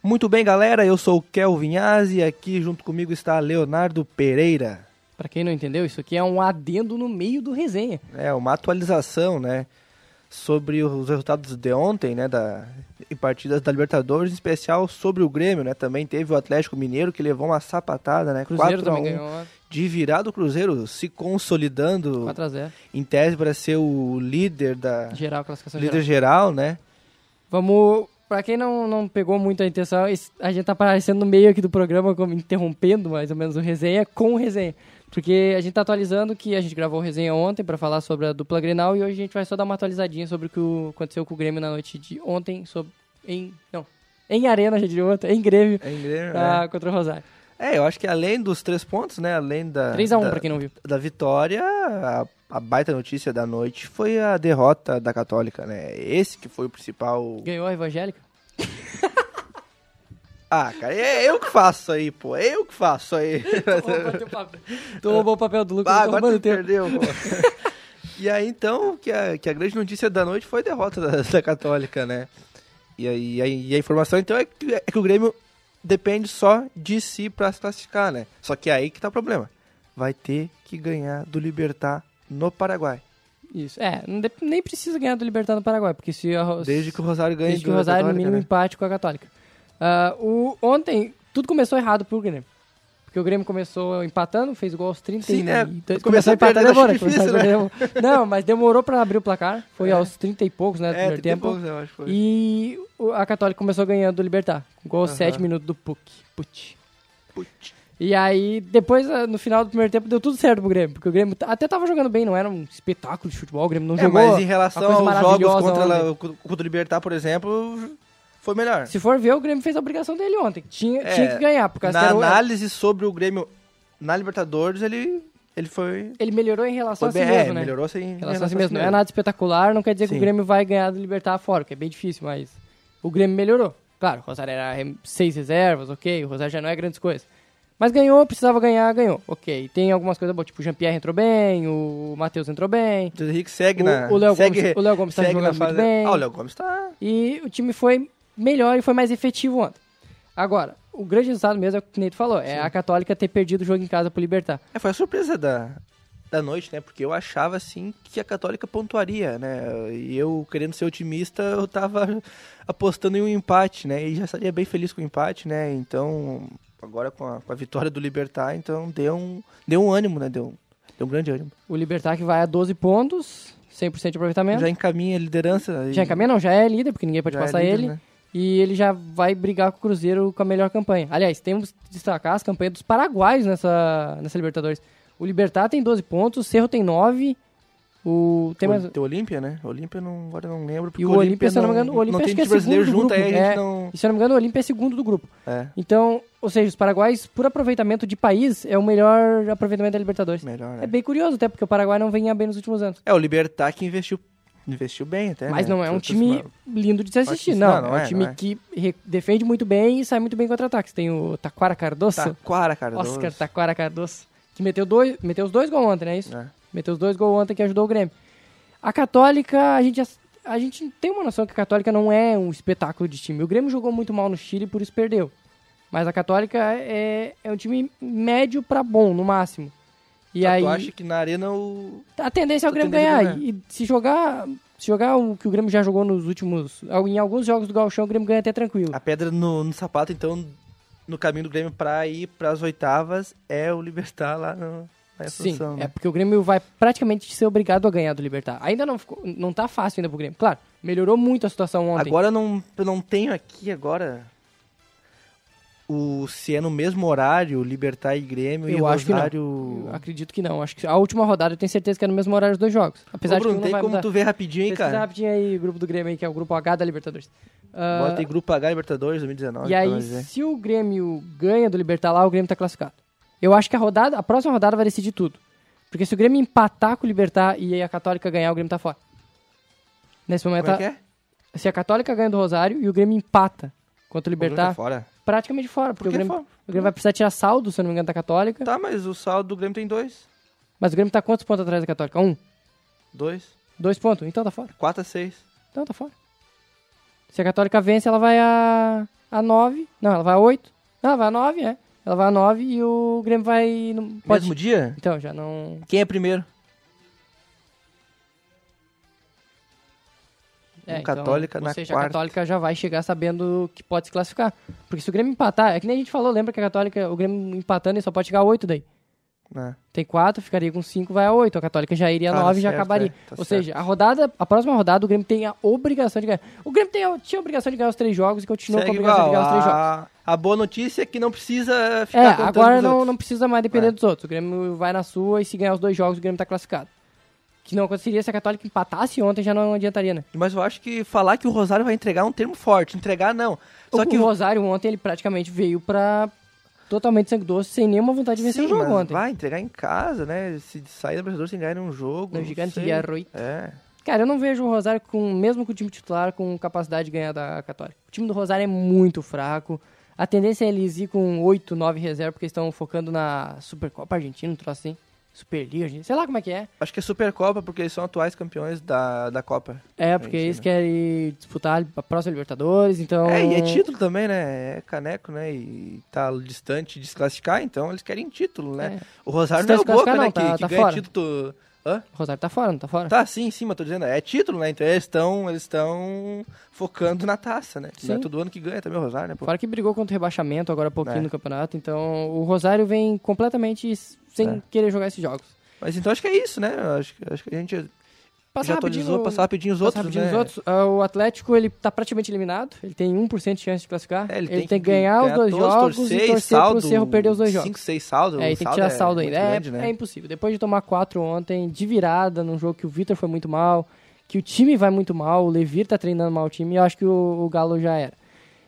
Muito bem, galera. Eu sou o Kel Vinhaz e aqui junto comigo está Leonardo Pereira.
Pra quem não entendeu, isso aqui é um adendo no meio do resenha.
É uma atualização, né, sobre os resultados de ontem, né, da e partidas da Libertadores, em especial sobre o Grêmio, né? Também teve o Atlético Mineiro que levou uma sapatada, né? 4 a 1, de virada o Cruzeiro se consolidando
4x0.
em tese para ser o líder da
Geral, classificação
É. líder geral, né?
Vamos. Pra quem não, não pegou muito a intenção, esse- a gente tá aparecendo no meio aqui do programa, como interrompendo mais ou menos o resenha com o resenha. Porque a gente tá atualizando que a gente gravou o resenha ontem pra falar sobre a dupla Grenal e hoje a gente vai só dar uma atualizadinha sobre o que o- aconteceu com o Grêmio na noite de ontem, sobre, em. Não. Em Arena, já diria ontem, em Grêmio,
É, em Grêmio,
tá,
né?
contra o Rosário.
É, eu acho que além dos três pontos, né, além da
3x1
da-
pra quem não viu.
da vitória, a, a baita notícia da noite foi a derrota da Católica, né? Esse que foi o principal.
Ganhou a Evangélica?
*laughs* Ah, cara, é eu que faço aí, pô. É eu que faço
*laughs*
aí.
Tu roubou o papel do Lucas,
ah,
tô
agora
roubando
tu
o teu.
perdeu, pô.
*laughs*
E aí, então, que a, que a grande notícia da noite foi a derrota da, da Católica, né? E, aí, e aí- e a informação, então, é que, é que o Grêmio depende só de si pra se classificar, né? Só que é aí que tá o problema. Vai ter que ganhar do Libertar no Paraguai.
Isso. É, não de- nem precisa ganhar do Libertad no Paraguai, porque se a,
Desde que o Rosário ganhe
Desde que o
do
Rosário, no
Católica,
mínimo,
né?
empate com a Católica. Ah, o, ontem, tudo começou errado pro Grêmio. Porque o Grêmio começou empatando, fez o gol aos 30
Sim,
e...
né?
Então,
Começou
começou empatando
perdendo,
agora.
acho difícil, né?
começou perdendo. Não, mas demorou pra abrir o placar. Foi aos 30 e poucos, né, do
É,
primeiro
tem
tempo.
poucos, eu acho. Foi.
E o- a Católica começou ganhando do Libertar. Gol aos
Aham.
7 minutos do Puck. Put. E aí, depois, ah, no final do primeiro tempo, deu tudo certo pro Grêmio. Porque o Grêmio t- até tava jogando bem, não era um espetáculo de futebol. O Grêmio não
É,
jogou.
mas em
uma
relação
coisa
aos jogos
maravilhosa
contra,
ontem.
la- contra o Libertar, por exemplo, foi melhor.
Se for ver, o Grêmio fez a obrigação dele ontem. Tinha,
É,
tinha que ganhar, porque é-
Na análise sobre o Grêmio na Libertadores, ele, ele foi...
ele melhorou em relação
foi
a si mesmo,
é,
né?
melhorou assim, em
Em relação a si mesmo. Não é nada espetacular, não quer dizer que
Sim.
o Grêmio vai ganhar do Libertar fora, que é bem difícil, mas o Grêmio melhorou. Claro, o Rosário era re- seis reservas, ok, o Rosário já não é grandes coisas. Mas ganhou, precisava ganhar, ganhou. Ok, tem algumas coisas boas, tipo o Jean-Pierre entrou bem, o Matheus entrou bem,
O Henrique segue
O-
na...
o Léo
segue,
Gomes- o Léo Gomes tá
segue na
jogando muito bem.
Ah, o Léo Gomes tá...
e o time foi melhor e foi mais efetivo ontem. Agora, o grande resultado mesmo é o que o Neto falou, é a Católica ter perdido o jogo em casa pro Libertar.
É, foi a surpresa da, da noite, né? Porque eu achava, assim, que a Católica pontuaria, né? E eu, querendo ser otimista, eu tava apostando em um empate, né? E já estaria bem feliz com o empate, né? Então, agora com a, com a vitória do Libertar, então deu um, deu um ânimo, né? Deu, um- deu um grande ânimo.
O Libertar que vai a 12 pontos, 100% de aproveitamento.
Já encaminha a liderança. e-
Já encaminha não, já é líder, porque ninguém pode
já é
passar
líder,
ele.
né?
E ele já vai brigar com o um Cruzeiro com a melhor campanha. Aliás, temos que destacar as campanhas dos paraguaios nessa, nessa Libertadores. O Libertar tem 12 pontos, o Cerro tem 9. O... Tem
O-
mais... um?
Tem Olímpia, né? Olímpia não, agora eu não lembro. Porque
E o Olímpia, se eu não me engano, o Olímpia
não
acho
tem
que é
time brasileiro
segundo do
junto, aí a
grupo,
gente
é.
não.
E se eu não me engano, o Olímpia é segundo do grupo.
É,
Então, ou seja, os paraguaios, por aproveitamento de país, é o melhor aproveitamento da Libertadores.
melhor, né?
É bem curioso, até porque o Paraguai não vinha bem nos últimos anos.
É, o Libertar que investiu, investiu bem até.
Mas
né?
não é um
Trouxe
time
uma-
lindo de se assistir,
Acho que-
não.
não, não
é um
é,
time
não é.
que re- defende muito bem e sai muito bem contra ataques. Tem o Taquara Cardoso,
Taquara, cara.
Oscar Taquara Cardoso, que meteu, dois, meteu os dois gols ontem, não é isso?
É.
Meteu os dois gols ontem que ajudou o Grêmio. A Católica, a gente, ass- a gente tem uma noção que a Católica não é um espetáculo de time. O Grêmio jogou muito mal no Chile e por isso perdeu. Mas a Católica é, é um time médio pra bom, no máximo. E
Ah,
aí,
Tu acha que na arena o.
a tendência é o
A
Grêmio
tendência é
ganhar. E e se jogar, se jogar o que o Grêmio já jogou nos últimos. Em alguns jogos do Gauchão, o Grêmio ganha até tranquilo.
A pedra no, no sapato, então, no caminho do Grêmio pra ir pras oitavas, é o Libertar lá no, na
Sim,
Assunção,
é
né?
porque o Grêmio vai praticamente ser obrigado a ganhar do Libertar. Ainda não ficou, não tá fácil ainda pro Grêmio. Claro, melhorou muito a situação ontem.
Agora eu não, eu não tenho aqui agora. O, se é no mesmo horário, Libertar e Grêmio e
Eu acho que não.
Rosário.
Eu acredito que não. Acho que a última rodada eu tenho certeza que é no mesmo horário dos dois jogos. Apesar
Ô, Bruno,
de que um não
tem
vai
como
mudar.
tu ver rapidinho, hein,
Pesquisa
cara?
rapidinho aí o grupo do Grêmio aí, que é o grupo H da Libertadores. Ah,
Bota aí Grupo H Libertadores 2019.
E
pra
aí,
nós ver.
se o Grêmio ganha do Libertar lá, o Grêmio tá classificado. Eu acho que a rodada, a próxima rodada vai decidir tudo. Porque se o Grêmio empatar com o Libertar e aí a Católica ganhar, o Grêmio tá fora. Nesse momento,
Como é que é?
a- se a Católica ganha do Rosário e o Grêmio empata contra o
O Grêmio tá
Libertar,
fora.
praticamente fora. Porque
Por
o
que
Grêmio,
fora?
o Grêmio vai precisar tirar saldo, se eu não me engano, da Católica.
Tá, mas o saldo do Grêmio tem dois.
Mas o Grêmio tá quantos pontos atrás da Católica? Um?
Dois.
Dois pontos? Então tá fora.
Quatro a seis.
Então tá fora. Se a Católica vence, ela vai a, a 9. Não, ela vai a 8. Não, ela vai a 9, é. Ela vai a 9 e o Grêmio vai. no- Pode...
Mesmo dia?
Então, já não.
Quem é primeiro?
É,
Um Católica
então,
na
Ou seja, a
quarta.
Católica já vai chegar sabendo que pode se classificar. Porque se o Grêmio empatar, é que nem a gente falou, lembra que a Católica, o Grêmio empatando, ele só pode chegar a 8 daí.
Né?
Tem 4, ficaria com 5, vai a 8. A Católica já iria a
Tá
9 e já
certo,
acabaria.
é, tá
Ou
certo.
seja, a rodada, a próxima rodada, o Grêmio tem a obrigação de ganhar. O Grêmio tem a- tinha a obrigação de ganhar os 3 jogos e continua com a
Segue
obrigação de
igual.
ganhar os 3 jogos.
A, a boa notícia é que não precisa
É,
ficar contando
agora
os
não,
outros.
não precisa mais depender
É.
dos outros. O Grêmio vai na sua e se ganhar os dois jogos, o Grêmio tá classificado. Que não aconteceria se a Católica empatasse ontem, já não adiantaria, né?
Mas eu acho que falar que o Rosário vai entregar é um termo forte. Entregar, não. Só
o,
que
o Rosário ontem, ele praticamente veio pra totalmente sangue doce, sem nenhuma vontade de vencer
Sim,
o jogo
mas
ontem.
vai entregar em casa, né? Se sair da Brasileira sem ganhar um jogo.
No
não
Gigante
sei.
Guerreiro.
É.
Cara, eu não vejo o Rosário, com, mesmo com o time titular, com capacidade de ganhar da Católica. O time do Rosário é muito fraco. A tendência é eles ir com 8, 9 reserva, porque eles estão focando na Supercopa Argentina, um troço assim. Superliga, Argentina, sei lá como é que é.
Acho que é Supercopa, porque eles são atuais campeões da, da Copa.
É, porque
Argentina.
eles querem disputar a próxima Libertadores, então.
né? É, e é título também, né? É caneco, né? E tá distante de se classificar, então eles querem título, né?
É.
O Rosário
Se
não é
tá
o Boca,
desclassificar,
né?
não,
que,
tá-
que
tá
ganha
fora.
título... Hã?
O Rosário tá fora, não tá fora?
Tá, sim, sim, mas tô dizendo, é título, né? Então eles estão eles estão focando na taça, né? Que Não é
Sim.
todo ano que ganha também o Rosário, né? pô?
Fora que brigou contra o rebaixamento agora há pouquinho
É.
no campeonato, então o Rosário vem completamente s- sem
É.
querer jogar esses jogos.
Mas então acho que é isso, né? Eu Acho, que- acho que a gente já atualizou,
rapidinho-
passar rapidinho os
passa
outros,
rapidinho
né?
os outros. Ah, o Atlético, ele tá praticamente eliminado, ele tem 1% de chance de classificar.
É,
ele, tem, que ganhar, os dois
todos,
jogos
torcer,
e torcer
saldo,
pro Cerro perder os dois jogos.
5, 6 saldo.
É,
o
e tem que tirar saldo
é
ainda.
muito
É,
grande, né?
é impossível. Depois de tomar quatro ontem, de virada, num jogo que o Vitor foi muito mal, que o time vai muito mal, o Levir tá treinando mal o time, eu acho que o, o Galo já era.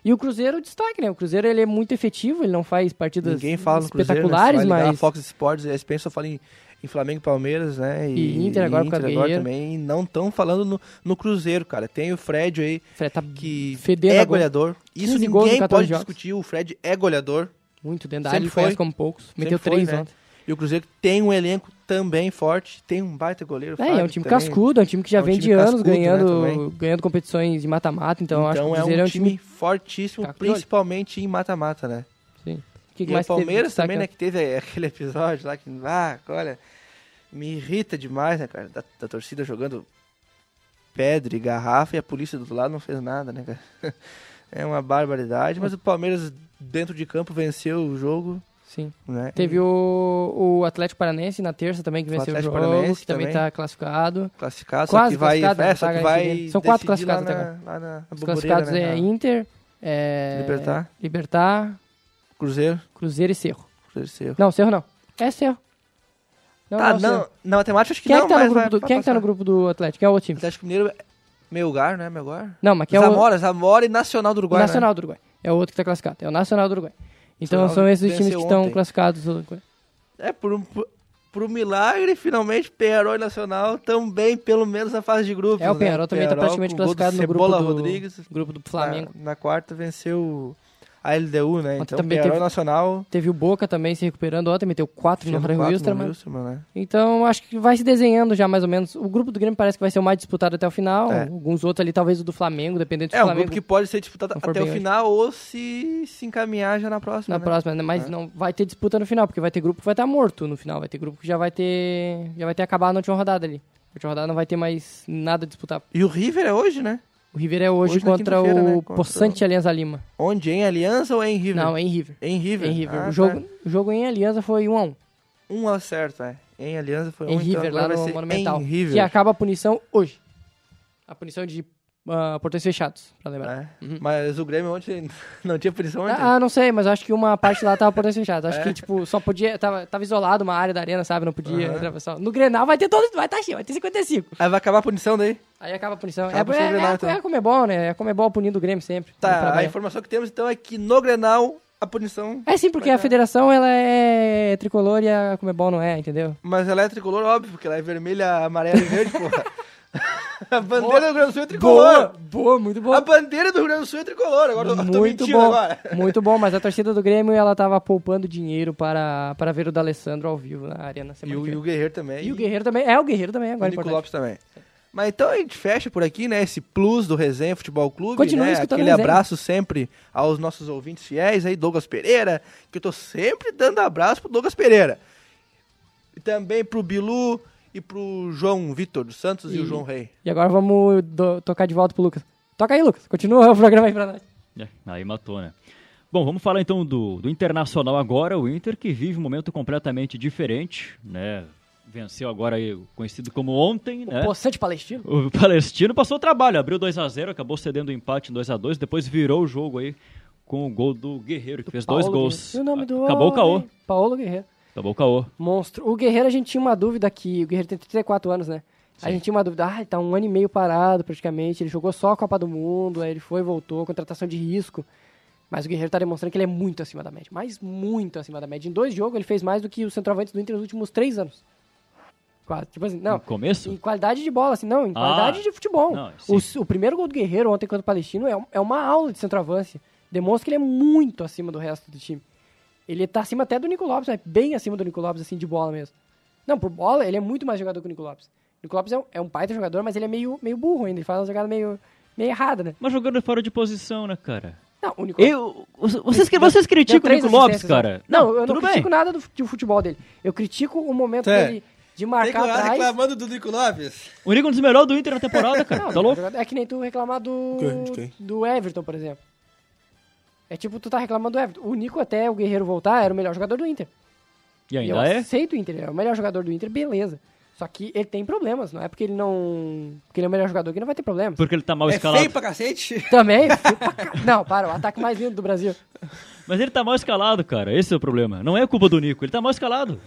E o Cruzeiro, destaque, né? O Cruzeiro ele é muito efetivo, ele não faz partidas
Ninguém fala no Cruzeiro,
espetaculares,
né? Você vai ligar a
mas.
Fox Sports e a ESPN só fala em, em Flamengo e Palmeiras, né?
E Inter agora por causa do Guerreiro.
também. E não estão falando no, no Cruzeiro, cara. Tem o Fred aí,
Fred tá
que
fedendo
é
a gol.
goleador. Isso
15 gols em
ninguém
14
pode
jogos.
discutir. O Fred é goleador.
muito dentro da
Sempre
área, ele conhece
foi.
como poucos.
Sempre
Meteu
foi,
três
né?
ontem. É,
E o Cruzeiro tem um elenco também forte. Tem um baita goleiro.
É, é um
Fábio
time
também.
cascudo, é um time que já
É um
vem
time
de anos
cascudo, né,
ganhando,
também.
ganhando competições de mata-mata, então, eu acho que o
é
Cruzeiro
um time fortíssimo,
Tá com olho.
principalmente em mata-mata, né?
Sim. O que, que
e o
mais teve de
Palmeiras
destaque
também,
ontem?
né? Que teve *laughs* aquele episódio lá que, ah, olha, me irrita demais, né, cara? Da, da torcida jogando pedra e garrafa e a polícia do lado não fez nada, né, cara? *laughs* É uma barbaridade, mas o Palmeiras dentro de campo venceu o jogo,
Sim.
né?
Teve o, o Atlético Paranense na terça também, que
O
venceu o,
Atlético
jogo,
Paranense
que também
também.
está classificado.
classificado, só
quase
que vai,
classificado,
é,
né?
só que
Tá
vai
decidindo. São quatro
decidir lá
classificados
na,
até
lá na na
Os
Bomboneira,
classificados
né?
é
Na-
Inter, é...
Libertar.
Libertar,
Cruzeiro,
Cruzeiro e Cerro.
Cruzeiro.
Não, Cerro não. É Cerro. Não,
tá,
não,
não,
sei.
na matemática acho que
Quem,
não,
é que tá
mas
no grupo
vai-
do,
vai
quem é que tá
passar.
no grupo do Atlético? Quem é o outro time?
Atlético Mineiro, Melgar, né? Melgar?
Não, mas quem é o,
Zamora, Zamora e Nacional do
o
Uruguai, né?
Nacional do Uruguai. É o outro que tá classificado. É o Nacional do Uruguai. Então
Nacional
são esses os
venceu
times que estão
ontem.
classificados. Não,
É, por um, por, por um milagre, finalmente, Penharol e Nacional também, pelo menos, na fase de grupos.
É, o
né?
Penharol também tá praticamente
com gol do
classificado no grupo
Cebola
do-
Rodrigues.
grupo do Flamengo.
Na, na quarta venceu a LDU, né?
Ontem
Então,
também
Penharol e
teve-
Nacional...
Teve o Boca também se recuperando ontem, meteu 4 no
fez
Rio
quatro
Wilstermann.
no Wilstermann, né?
Então, acho que vai se desenhando já, mais ou menos. O grupo do Grêmio parece que vai ser o mais disputado até o final.
É.
Alguns outros ali, talvez o do Flamengo, dependendo do
É, um
Flamengo.
grupo que pode ser disputado
não for
até o
bem hoje.
final ou se, se encaminhar já na próxima,
Na
né?
próxima, né? mas
É.
não vai ter disputa no final, porque vai ter grupo que vai estar morto no final. Vai ter grupo que já vai ter. Já vai ter acabado na última rodada ali. Na última rodada não vai ter mais nada a disputar.
E o River é hoje, né?
O River é hoje,
Hoje na
contra o
quinta-feira, né? Contra o-
Poçante Alianza Lima.
Onde? Em Aliança ou em River?
Não, é em River.
Em River.
Em River.
Ah,
o, jogo, o jogo em Alianza foi 1x1.
Tá. Um acerto, é. Em Aliança foi
em
um,
River,
então
lá
agora
no
vai ser
Monumental.
Em
Que
River. né?
acaba a punição hoje. A punição de ah, portões fechados, pra lembrar.
né? Mas o Grêmio ontem *laughs* não tinha punição ontem.
Uhum. Ah, ah, não sei, mas acho que uma parte lá tava portões fechados. Acho
É.
que, tipo, só podia. Tava, tava isolado uma área da arena, sabe? Não podia
Aham.
atravessar. No Grenal vai ter todo. Vai estar cheio, vai ter 55.
Aí vai acabar a punição daí?
Aí acaba a punição.
Acaba a
é,
punição do
é,
Grenal,
é,
então.
é Comebol, né? É Comebol punindo o Grêmio sempre. quando
Tá, a
trabalha.
informação que temos então é que no Grenal a punição,
É sim, porque a federação ela é tricolor e a Comebol não é, entendeu?
mas ela é tricolor, óbvio, porque ela é vermelha, amarela e verde, porra. *laughs* A bandeira do Rio Grande do Sul é tricolor.
boa, muito
A
boa.
bandeira do Rio Grande do Sul é tricolor. Agora eu tô- eu tô
Muito
mentindo
bom,
agora.
muito bom, mas a torcida do Grêmio ela tava poupando dinheiro para, para ver o D'Alessandro ao vivo na arena
E
semana
o,
que
e
vem.
o Guerreiro também.
E o Guerreiro também, é o Guerreiro também
E o
agora
Nico
importante.
Lopes também. Mas então a gente fecha por aqui, né? Esse plus do Resenha Futebol Clube,
Continue
né?
escutando
Aquele
o Resenha.
abraço sempre aos nossos ouvintes fiéis aí, Douglas Pereira, que eu tô sempre dando abraço pro Douglas Pereira. E também pro Bilu e pro João Vitor dos Santos e,
E-
o João Rei.
E agora vamos do- tocar de volta pro Lucas. Toca aí, Lucas. Continua o programa aí pra nós.
É, aí matou, né? Bom, vamos falar então do, do Internacional agora, o Inter que vive um momento completamente diferente, né? Venceu agora aí, o conhecido como ontem, né?
Poçante Palestino.
O Palestino passou o trabalho, abriu 2 a 0 acabou cedendo o empate em 2 a 2 depois virou o jogo aí com o gol do Guerreiro, que fez dois
Paulo
gols.
Guerreiro. E o nome do
acabou o caô.
homem? Paulo Guerreiro.
Acabou o caô.
Monstro. O Guerreiro, a gente tinha uma dúvida que o Guerreiro tem 34 anos, né? A gente tinha uma dúvida, ah, ele tá um ano e meio parado praticamente, ele jogou só a Copa do Mundo, aí ele foi e voltou, contratação de risco. Mas o Guerreiro tá demonstrando que ele é muito acima da média, mas muito acima da média. Em dois jogos ele fez mais do que os centroavantes do Inter nos últimos três anos. Quase, tipo assim, não,
No começo?
em qualidade de bola, assim, não, em
Ah.
qualidade de futebol.
Não, sim.
o, s- o primeiro gol do Guerreiro ontem contra o Palestino é, um- é uma aula de centroavance. Demonstra que ele é muito acima do resto do time. Ele tá acima até do Nico Lopes, é bem acima do Nico Lopes, assim, de bola mesmo. Não, por bola, ele é muito mais jogador que o Nico Lopes. O Nico Lopes é um, é um baita jogador, mas ele é meio, meio burro ainda, ele faz uma jogada meio, meio errada, né?
Mas jogando fora de posição, né, cara?
Não, o Nico
Eu, vocês, vocês
deu
criticam o
três
Nico Lopes,
assistências, né?
cara?
Não, eu não
tudo bem.
critico nada do, fu- do futebol dele. Eu critico o momento
É.
dele de marcar atrás.
do Nico Lopes.
O Nico é um dos melhores do Inter na temporada, cara. tá
Não,
louco?
jogador- É que nem tu reclamar do.
Quem? De quem?
Do Everton, por exemplo. É tipo, tu tá reclamando do Everton. O Nico, até o Guerreiro voltar, era o melhor jogador do Inter.
E
eu
ainda é?
aceito o Inter, ele é o melhor jogador do Inter, beleza. Só que ele tem problemas, não é porque ele não. Porque ele é o melhor jogador que não vai ter problemas.
Porque ele tá mal
É
escalado.
feio pra cacete.
Também. fui pra ca- *laughs* não, para, o ataque mais lindo do Brasil.
Mas ele tá mal escalado, cara. Esse é o problema. Não é culpa do Nico, ele tá mal escalado.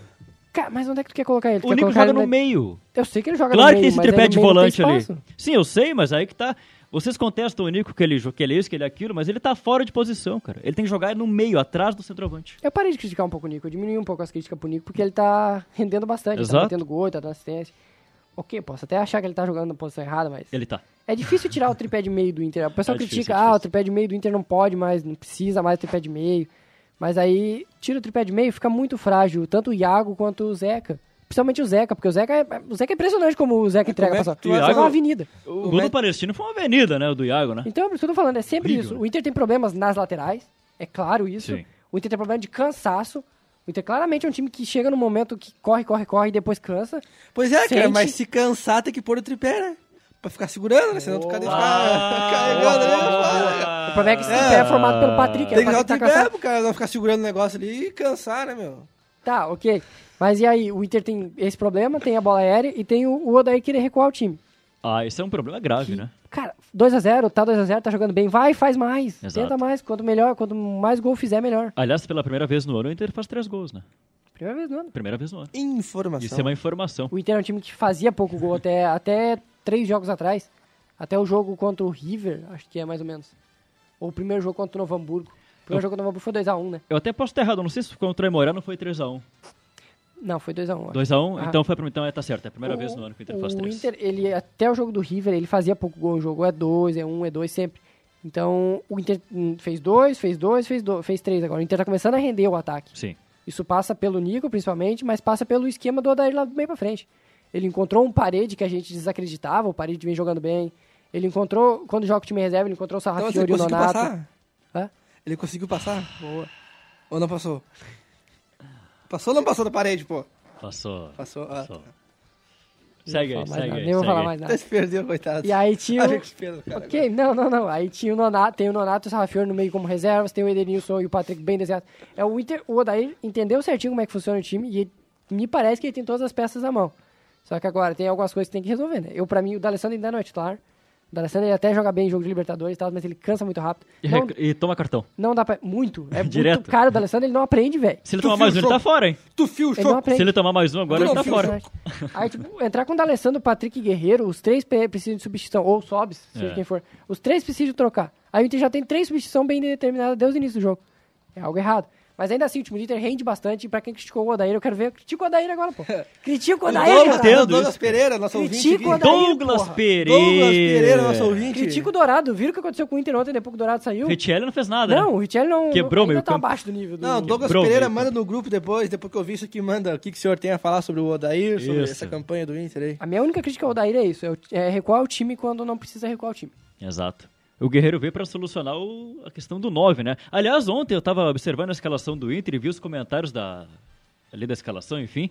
Cara, mas onde é que tu quer colocar ele? Tu
O
quer
Nico
colocar
joga
ele
no
na-
meio.
Eu sei que ele joga
Claro
no
que tem
meio.
esse
mas
tripé
aí no
de
meio não tem
volante ali.
espaço.
Sim, eu sei, mas aí que tá. Vocês contestam o Nico que ele, jo- que ele é isso, que ele é aquilo, mas ele tá fora de posição, cara. Ele tem que jogar no meio, atrás do centroavante.
Eu parei de criticar um pouco o Nico, eu diminui um pouco as críticas pro Nico, porque ele tá rendendo bastante, ele tá
Exato.
metendo gol, tá dando assistência. Ok, posso até achar que ele tá jogando na posição errada, mas.
Ele tá.
É difícil tirar o tripé de meio do Inter. O pessoal
É
critica,
difícil, é
ah, o
difícil.
tripé de meio do Inter não pode mais, não precisa mais do tripé de meio. Mas aí, tira o tripé de meio, fica muito frágil, tanto o Iago quanto o Zeca. Principalmente o Zeca, porque o Zeca é, o Zeca é impressionante como o Zeca entrega
como é
pra
que
tu
sua-
vai
só que é
fazer-
uma avenida.
O,
O
gol
Met-
do Palestino foi uma avenida, né? O do Iago, né?
Então, é por isso que eu tô falando, é sempre
Horrível,
isso.
né?
O Inter tem problemas nas laterais, é claro isso.
Sim.
O Inter tem problema de cansaço. O Inter claramente é um time que chega no momento que corre, corre, corre e depois cansa.
Pois é, cara,
Sente.
mas se cansar tem que pôr o tripé, né? Pra ficar segurando, né? Senão tu fica *laughs*
Ah,
carregando ali.
boa,
as
boa.
barras, cara.
O problema é que esse tripé é formado pelo Patrick.
Tem
o
que usar o
Patrick tá
tripé
cansado.
pro cara não ficar segurando o negócio ali e cansar, né, meu?
Tá, ok. Mas e aí, o Inter tem esse problema, tem a bola aérea e tem o o Odair querer recuar o time.
Ah, esse é um problema grave, né?
Cara, 2x0, tá 2x0, tá jogando bem, vai, faz mais.
Exato.
Tenta mais, quanto melhor, quanto mais gol fizer, melhor.
Aliás, pela primeira vez no ano, o Inter faz três gols, né?
Primeira vez no ano.
Primeira vez no ano.
Informação.
Isso é uma informação.
O Inter é um time que fazia pouco gol até, *laughs* até três jogos atrás. Até o jogo contra o River, acho que é mais ou menos. Ou o primeiro jogo contra o Novo Hamburgo. O primeiro
Eu-
jogo contra o Novo Hamburgo foi 2x1, né?
Eu até posso estar errado, não sei se contra o Emorano foi 3x1.
Não, foi 2x1.
2x1,
Ah.
então foi pra, então é, tá certo, é a primeira vez no ano que o Inter faz 3.
O Inter, ele, até o jogo do River, ele fazia pouco gol. O jogo é 2, é 1, um, é 2 sempre. Então, o Inter hum, fez 2, fez 2, fez dois, fez 3 agora. O Inter tá começando a render o ataque.
Sim.
Isso passa pelo Nico, principalmente, mas passa pelo esquema do Odair lá do meio pra frente. Ele encontrou um parede que a gente desacreditava, o parede vem jogando bem. Ele encontrou, quando joga o time reserva, ele encontrou um o
Então,
Sarrafiori
ele
e o
conseguiu
Nonato.
passar?
Hã?
Ele conseguiu passar?
Boa.
Ou não passou? Passou ou não passou da parede, pô?
Passou.
Passou. ah. *laughs*
Passou. Segue
Não
aí,
vou falar mais
segue
nada,
aí.
Nem vou
segue
falar
aí.
mais
Até
nada.
se perdeu, coitado.
E
*laughs*
*laughs*
aí tinha o-
Olha que pena, cara.
Ok, não, não, não. Aí tinha o Nonato, tem o Nonato e o Sarrafiori no meio como reservas, tem o Edenilson e o Patrick bem desenhado. É o Inter, o Odair entendeu certinho como é que funciona o time e ele- me parece que ele tem todas as peças na mão. Só que agora tem algumas coisas que tem que resolver, né? Eu, pra mim, o D'Alessandro ainda não é titular. O D'Alessandro ele até joga bem em jogo de Libertadores e tal, mas ele cansa muito rápido.
E,
Não,
rec- e toma cartão.
não dá pra... Muito.
*laughs*
É muito
Direto.
caro o D'Alessandro, ele não aprende, velho.
Se ele
Tu
tomar
viu
mais
o
um, ele tá
jogo?
fio hein?
Tu fio o
Ele não
choco.
Se
aprende.
ele tomar mais um
Tu
agora, ele
não
tá
viu o
fora.
Aí, tipo, entrar com o D'Alessandro, Patrick e Guerreiro, os três pe- precisam de substituição, ou Sobs, seja
É.
quem for. Os três precisam trocar. Aí o Inter já tem três substituições bem determinadas desde o início do jogo. É algo errado. Mas ainda assim, o time do Inter rende bastante. E pra quem criticou o Odair, eu quero ver. Critica o Odair agora, pô. Critica o Odair,
Douglas
cara.
Pedro.
O Douglas
isso, cara.
Pereira, nosso ouvinte.
Critica o
aqui.
Odair,
Douglas
porra.
Pereira.
Douglas Pereira, nosso ouvinte.
Critica o Dourado. Viram o que aconteceu com o Inter ontem, depois que o Dourado saiu?
Richelli não fez nada.
Não,
né?
o Richelli não.
Quebrou
ainda
meio
tá
campo.
abaixo do nível do.
Não, Douglas
Quebrou,
Pereira
meu.
manda no grupo depois, depois que eu vi isso aqui, manda o que, que o senhor tem a falar sobre o Odair, sobre
Isso.
essa campanha do Inter aí.
A minha única crítica ao Odair é isso: é, o- é recuar o time quando não precisa recuar o time.
Exato. O Guerreiro veio pra solucionar o- a questão do 9, né? Aliás, ontem eu tava observando a escalação do Inter e vi os comentários da ali da escalação, enfim.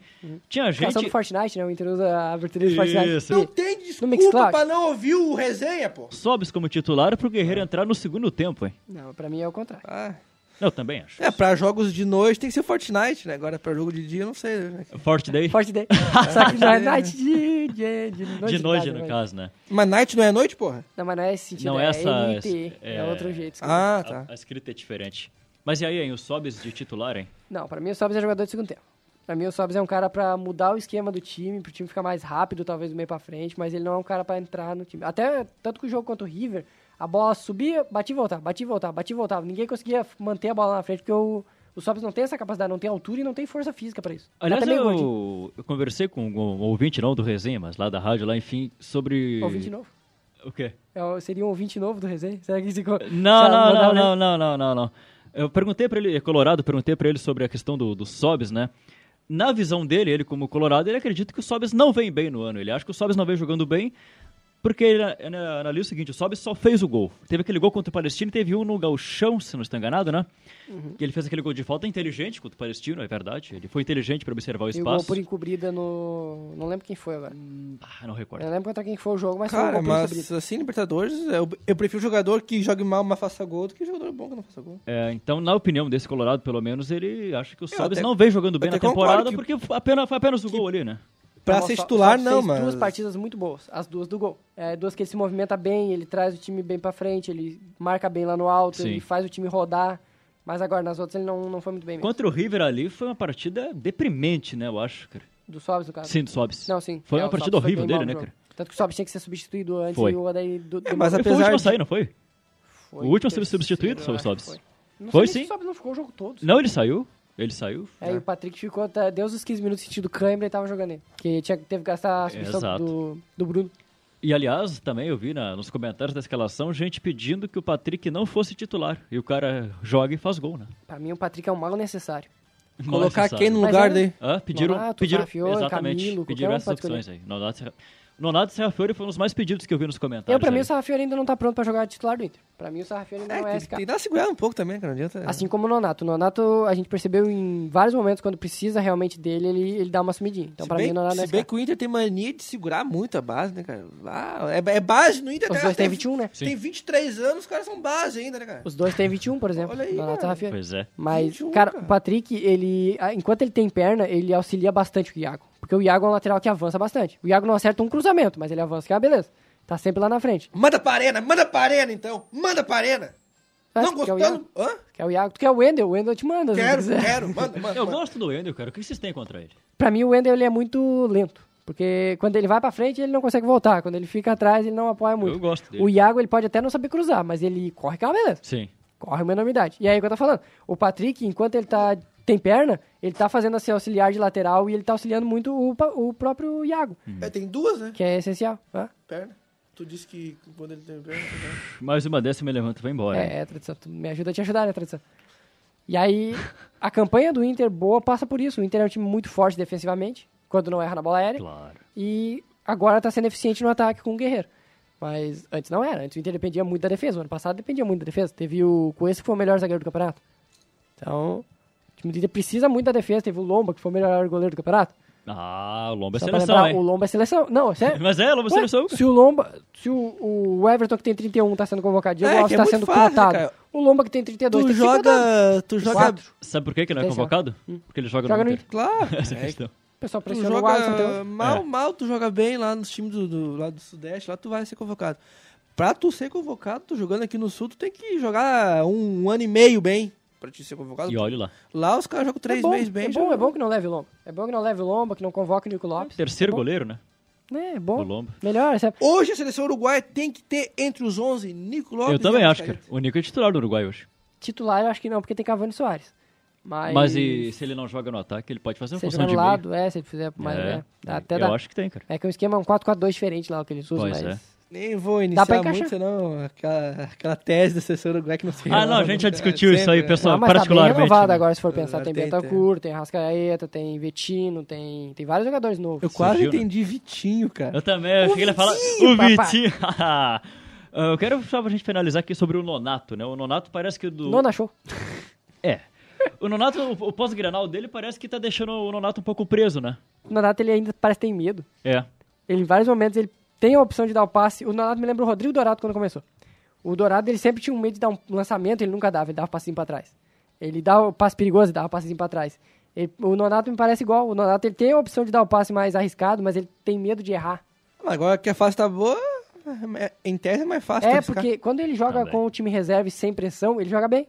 Tinha
Gente... Hum. do
gente
Fortnite, né? O Inter usa a abertura do Fortnite.
Isso.
Não
E-
tem
Mixcloud.
desculpa pra não ouvir o resenha, pô.
Sobes como titular pro Guerreiro entrar no segundo tempo, hein?
Não, pra mim é o contrário.
Ah.
Eu também acho.
É, pra jogos de noite tem que ser Fortnite, né? Agora pra jogo de dia, eu não sei. né?
Forte daí *laughs*
Forte Day. Só que na night de, de, de noite.
de noite, no
né?
caso, né?
Mas night não é noite, porra?
Não, mas não é esse sentido.
Não,
é
essa-
NT. É,
é-
outro jeito. escuta.
Ah,
A-
tá.
A, escrita é diferente. Mas e aí, hein? O Sobes de titular, hein?
Não, pra mim o Sobs é jogador de segundo tempo. Pra mim o Sobs é um cara pra mudar o esquema do time, pro time ficar mais rápido, talvez do meio pra frente, mas ele não é um cara pra entrar no time. Até tanto que o jogo contra o River, a bola subia, batia e voltava, batia e voltava, batia e voltava. Ninguém conseguia manter a bola na frente, porque o, o Sobs não tem essa capacidade, não tem altura e não tem força física pra isso. Tá
Aliás,
também gordinho.
eu, eu conversei com um um ouvinte não do resenha, mas lá da rádio, lá, enfim, sobre.
Ouvinte novo.
O quê?
É o- seria um ouvinte novo do Resenha? Será que se
Não,
co- se
não,
mandar
não,
o Resenha?
não, não, não, não, não. Eu perguntei pra ele, é Colorado, perguntei pra ele sobre a questão do, do Sobes, né? Na visão dele, ele como Colorado, ele acredita que o Sobes não vem bem no ano. Ele acha que o Sobes não vem jogando bem, porque ele ana- ana- analisa o seguinte, o Sobes só fez o gol. Teve aquele gol contra o Palestino e teve um no Galchão, se não estou enganado, né?
Uhum.
Que ele fez aquele gol de falta inteligente contra o Palestino, é verdade. Ele foi inteligente para observar o
E o gol
espaço.
por encobrida no. Não lembro quem foi agora.
Ah, não recordo.
Eu lembro contra quem foi o jogo, mas foi
Cara,
um gol por
mas
encobrida.
assim, Libertadores, eu, eu prefiro jogador que jogue mal, mas faça gol, do que jogador bom que não faça gol.
É, então, na opinião desse Colorado, pelo menos, ele acha que o Sobes
até-
não vem jogando bem
eu
na
até concordo
temporada,
que-
porque foi apenas, foi apenas o gol ali, né?
Pra
Não,
ser
só-
titular,
só
não,
fez
mas.
duas partidas muito boas, as duas do gol. É, duas que ele se movimenta bem, ele traz o time bem pra frente, ele marca bem lá no alto,
Sim.
ele faz o time rodar. Mas agora, nas outras, ele não, não foi muito bem mesmo.
Contra o River ali foi uma partida deprimente, né? Eu acho, cara.
Do Sobs, no caso.
Sim, do Sobs.
Não, Ah, sim.
Foi
É,
uma
o
partida
Sobs foi
horrível
bem mal
dele, né,
no
cara?
jogo. Tanto que o Sobs tinha que ser substituído antes
Foi.
e o Odair... Do,
É, mas
Ele foi o último
apesar
a
de-
sair, não foi?
Foi
o último a ser
terceiro, é,
substituído,
eu
foi o
acho que
Sobs.
Não
Foi,
sei nem
sim.
se O Sobs não ficou o jogo todo.
Não, ele saiu. Ele saiu.
Aí o Patrick ficou até Deus os 15 minutos sentindo câimbra e tava jogando ele. Porque tinha, teve que gastar a substituição
Exato.
do, do Bruno.
E, aliás, também eu vi na- nos comentários da escalação gente pedindo que o Patrick não fosse titular. E o cara joga e faz gol, né?
Pra mim, o Patrick é um mal necessário.
Não
Colocar
necessário.
quem no
Mas
lugar
é-
daí?
Hã? Pediram,
Nonato,
pediram
Sarrafiori,
exatamente, pediram
Camilo, qualquer um
essas
pode
opções aí. Nonato, e Sarra- Nonato e Serrafiori foram os um mais pedidos que eu vi nos comentários.
eu, pra mim,
ali.
o Sarrafiori ainda não tá pronto pra jogar titular do Inter. Pra mim, o Sarrafiori ainda
É,
não é
tem,
esse
tem que
cara.
dar uma segurada um pouco também, cara. Não adianta.
Assim como o Nonato. O Nonato, a gente percebeu em vários momentos, quando precisa realmente dele, ele, ele dá uma sumidinha. Então,
se
pra
bem,
mim, o Nonato
se
não é esse
bem
cara.
que o Inter tem mania de segurar muito a base, né, cara? Ah, é, é base no Inter.
Os
até-
dois têm
até-
21, né?
Sim.
Tem 23 anos, os caras são base ainda, né, cara?
Os dois têm 21, por exemplo.
Olha aí,
Nonato e
cara.
Sarrafiori.
Pois é.
Mas,
21,
cara,
cara.
o Patrick, ele, a- enquanto ele tem perna, ele auxilia bastante o Iago. Porque o Iago é um lateral que avança bastante. O Iago não acerta um cruzamento, mas ele avança, que é uma beleza. Tá sempre lá na frente.
Manda pra arena, manda pra arena, então. Manda pra arena.
Ah,
não
tu quer o
gostando?
Iago?
Hã?
Tu Quer é o Iago? Tu quer o Wendel? O Wendel te manda. se tu
Quero,
quiser.
quero. Manda, manda.
Eu
manda.
gosto do Wendel, cara. O que vocês têm contra ele?
Pra mim, o Wendel ele é muito lento. Porque quando ele vai pra frente, ele não consegue voltar. Quando ele fica atrás, ele não apoia muito.
Eu gosto dele.
O Iago, ele pode até não saber cruzar, mas ele corre que é uma beleza.
Sim.
Corre uma enormidade. E aí, o que eu tô falando? O Patrick, enquanto ele tá tem perna, ele tá fazendo esse auxiliar de lateral e ele tá auxiliando muito o, pa- o próprio Iago,
Hum.
É, tem duas, né?
que é essencial. né?
Perna. Tu disse que quando ele tem perna. né?
Mais uma dessa eu me levanto e vai embora.
É, é, tradição. Tu me ajuda a te ajudar, né, tradição? E aí, a campanha do Inter boa passa por isso. O Inter é um time muito forte defensivamente, quando não erra na bola aérea.
Claro.
E agora tá sendo eficiente no ataque com o Guerreiro. Mas antes não era. Antes o Inter dependia muito da defesa. O ano passado dependia muito da defesa. Teve o Coelho que foi o melhor zagueiro do campeonato. Então, o time do Inter precisa muito da defesa. Teve o Lomba, que foi o melhor goleiro do campeonato.
Ah, o Lomba é
Só pra
seleção,
lembrar,
hein?
o Lomba é seleção. Não, é sério.
Mas é, o Lomba é
Ué,
seleção.
se o Lomba, se o, o Everton que tem 31 tá sendo convocado, Diego
É, que
Alves
é
tá
muito
sendo
fácil, né,
cortado.
cara?
O Lomba que tem 32
Tu
tem que ser cortado.
joga. Tu joga.
Quatro.
Sabe por que que não é
Potencial.
convocado? Porque ele joga,
Hum. Joga
no
no
Inter.
Claro.
Essa é a
É,
questão.
O pessoal
tu
pressiona o Alisson.
joga
então-
É.
mal, mal, tu joga bem lá nos times do, do- lá do Sudeste, lá tu vai ser convocado. Pra tu ser convocado, tu jogando aqui no Sul, tu tem que jogar um, um ano e meio bem pra te ser convocado.
E olha lá.
Lá os caras jogam três
é bom,
meses bem.
é
já-
bom, é bom que não leve o Lomba. É bom que não leve o Lomba, que não convoque o Nico Lopes.
Terceiro
é bom.
goleiro, né?
É, é
Do
bom.
Lomba.
Melhor, sabe?
Hoje a seleção uruguaia tem que ter entre os 11 Nico Lopes
Eu também
e
acho,
Arrascaeta.
cara. O Nico é titular do Uruguai hoje.
Titular eu acho que não, porque tem Cavani e Soares. Mas,
Mas e se ele não joga no ataque, ele pode fazer uma
se ele
função
tiver no
de meio.
lado, é, se ele fizer mais,
É.
é, dá- até
eu
dá.
acho que tem, cara.
É que o esquema é um 4-4-2 diferente lá, o que eles usam,
Pois
mas...
é.
Nem vou
Dá
iniciar
pra encaixar.
muito, senão aquela, aquela tese da seleção uruguaia que não sei. né?
Ah, não, a gente já discutiu isso aí,
Não,
pessoal,
mas tá bem
particularmente.
renovado
né?
agora, se for pensar. Tem
Tem, tem.
Bentancur, tem Rascaeta, tem Vetino, tem, tem vários jogadores novos.
Eu quase
Surgiu, né?
entendi Vitinho, cara.
Eu também, eu achei que ele ia falar. O
papai.
Vitinho! *laughs* Ah, eu quero só pra gente finalizar aqui sobre o Nonato, né? O Nonato parece que do.
Nona show.
É. O Nonato, o- o pós-granal dele parece que tá deixando o Nonato um pouco preso, né?
O Nonato, ele ainda parece que tem medo.
É.
Ele, em vários momentos, ele tem a opção de dar o passe. O Nonato me lembra o Rodrigo Dourado quando começou. O Dourado, ele sempre tinha um medo de dar um lançamento, ele nunca dava, ele dava um passinho pra trás. Ele dava o passe perigoso, ele dava um passinho pra trás. Ele- o Nonato me parece igual. O Nonato, ele tem a opção de dar o passe mais arriscado, mas ele tem medo de errar.
Mas Agora que a fase tá boa, é- em tese é mais fácil.
É,
tu arriscar.
porque quando ele joga
Também.
com o time reserva e sem pressão, ele joga bem.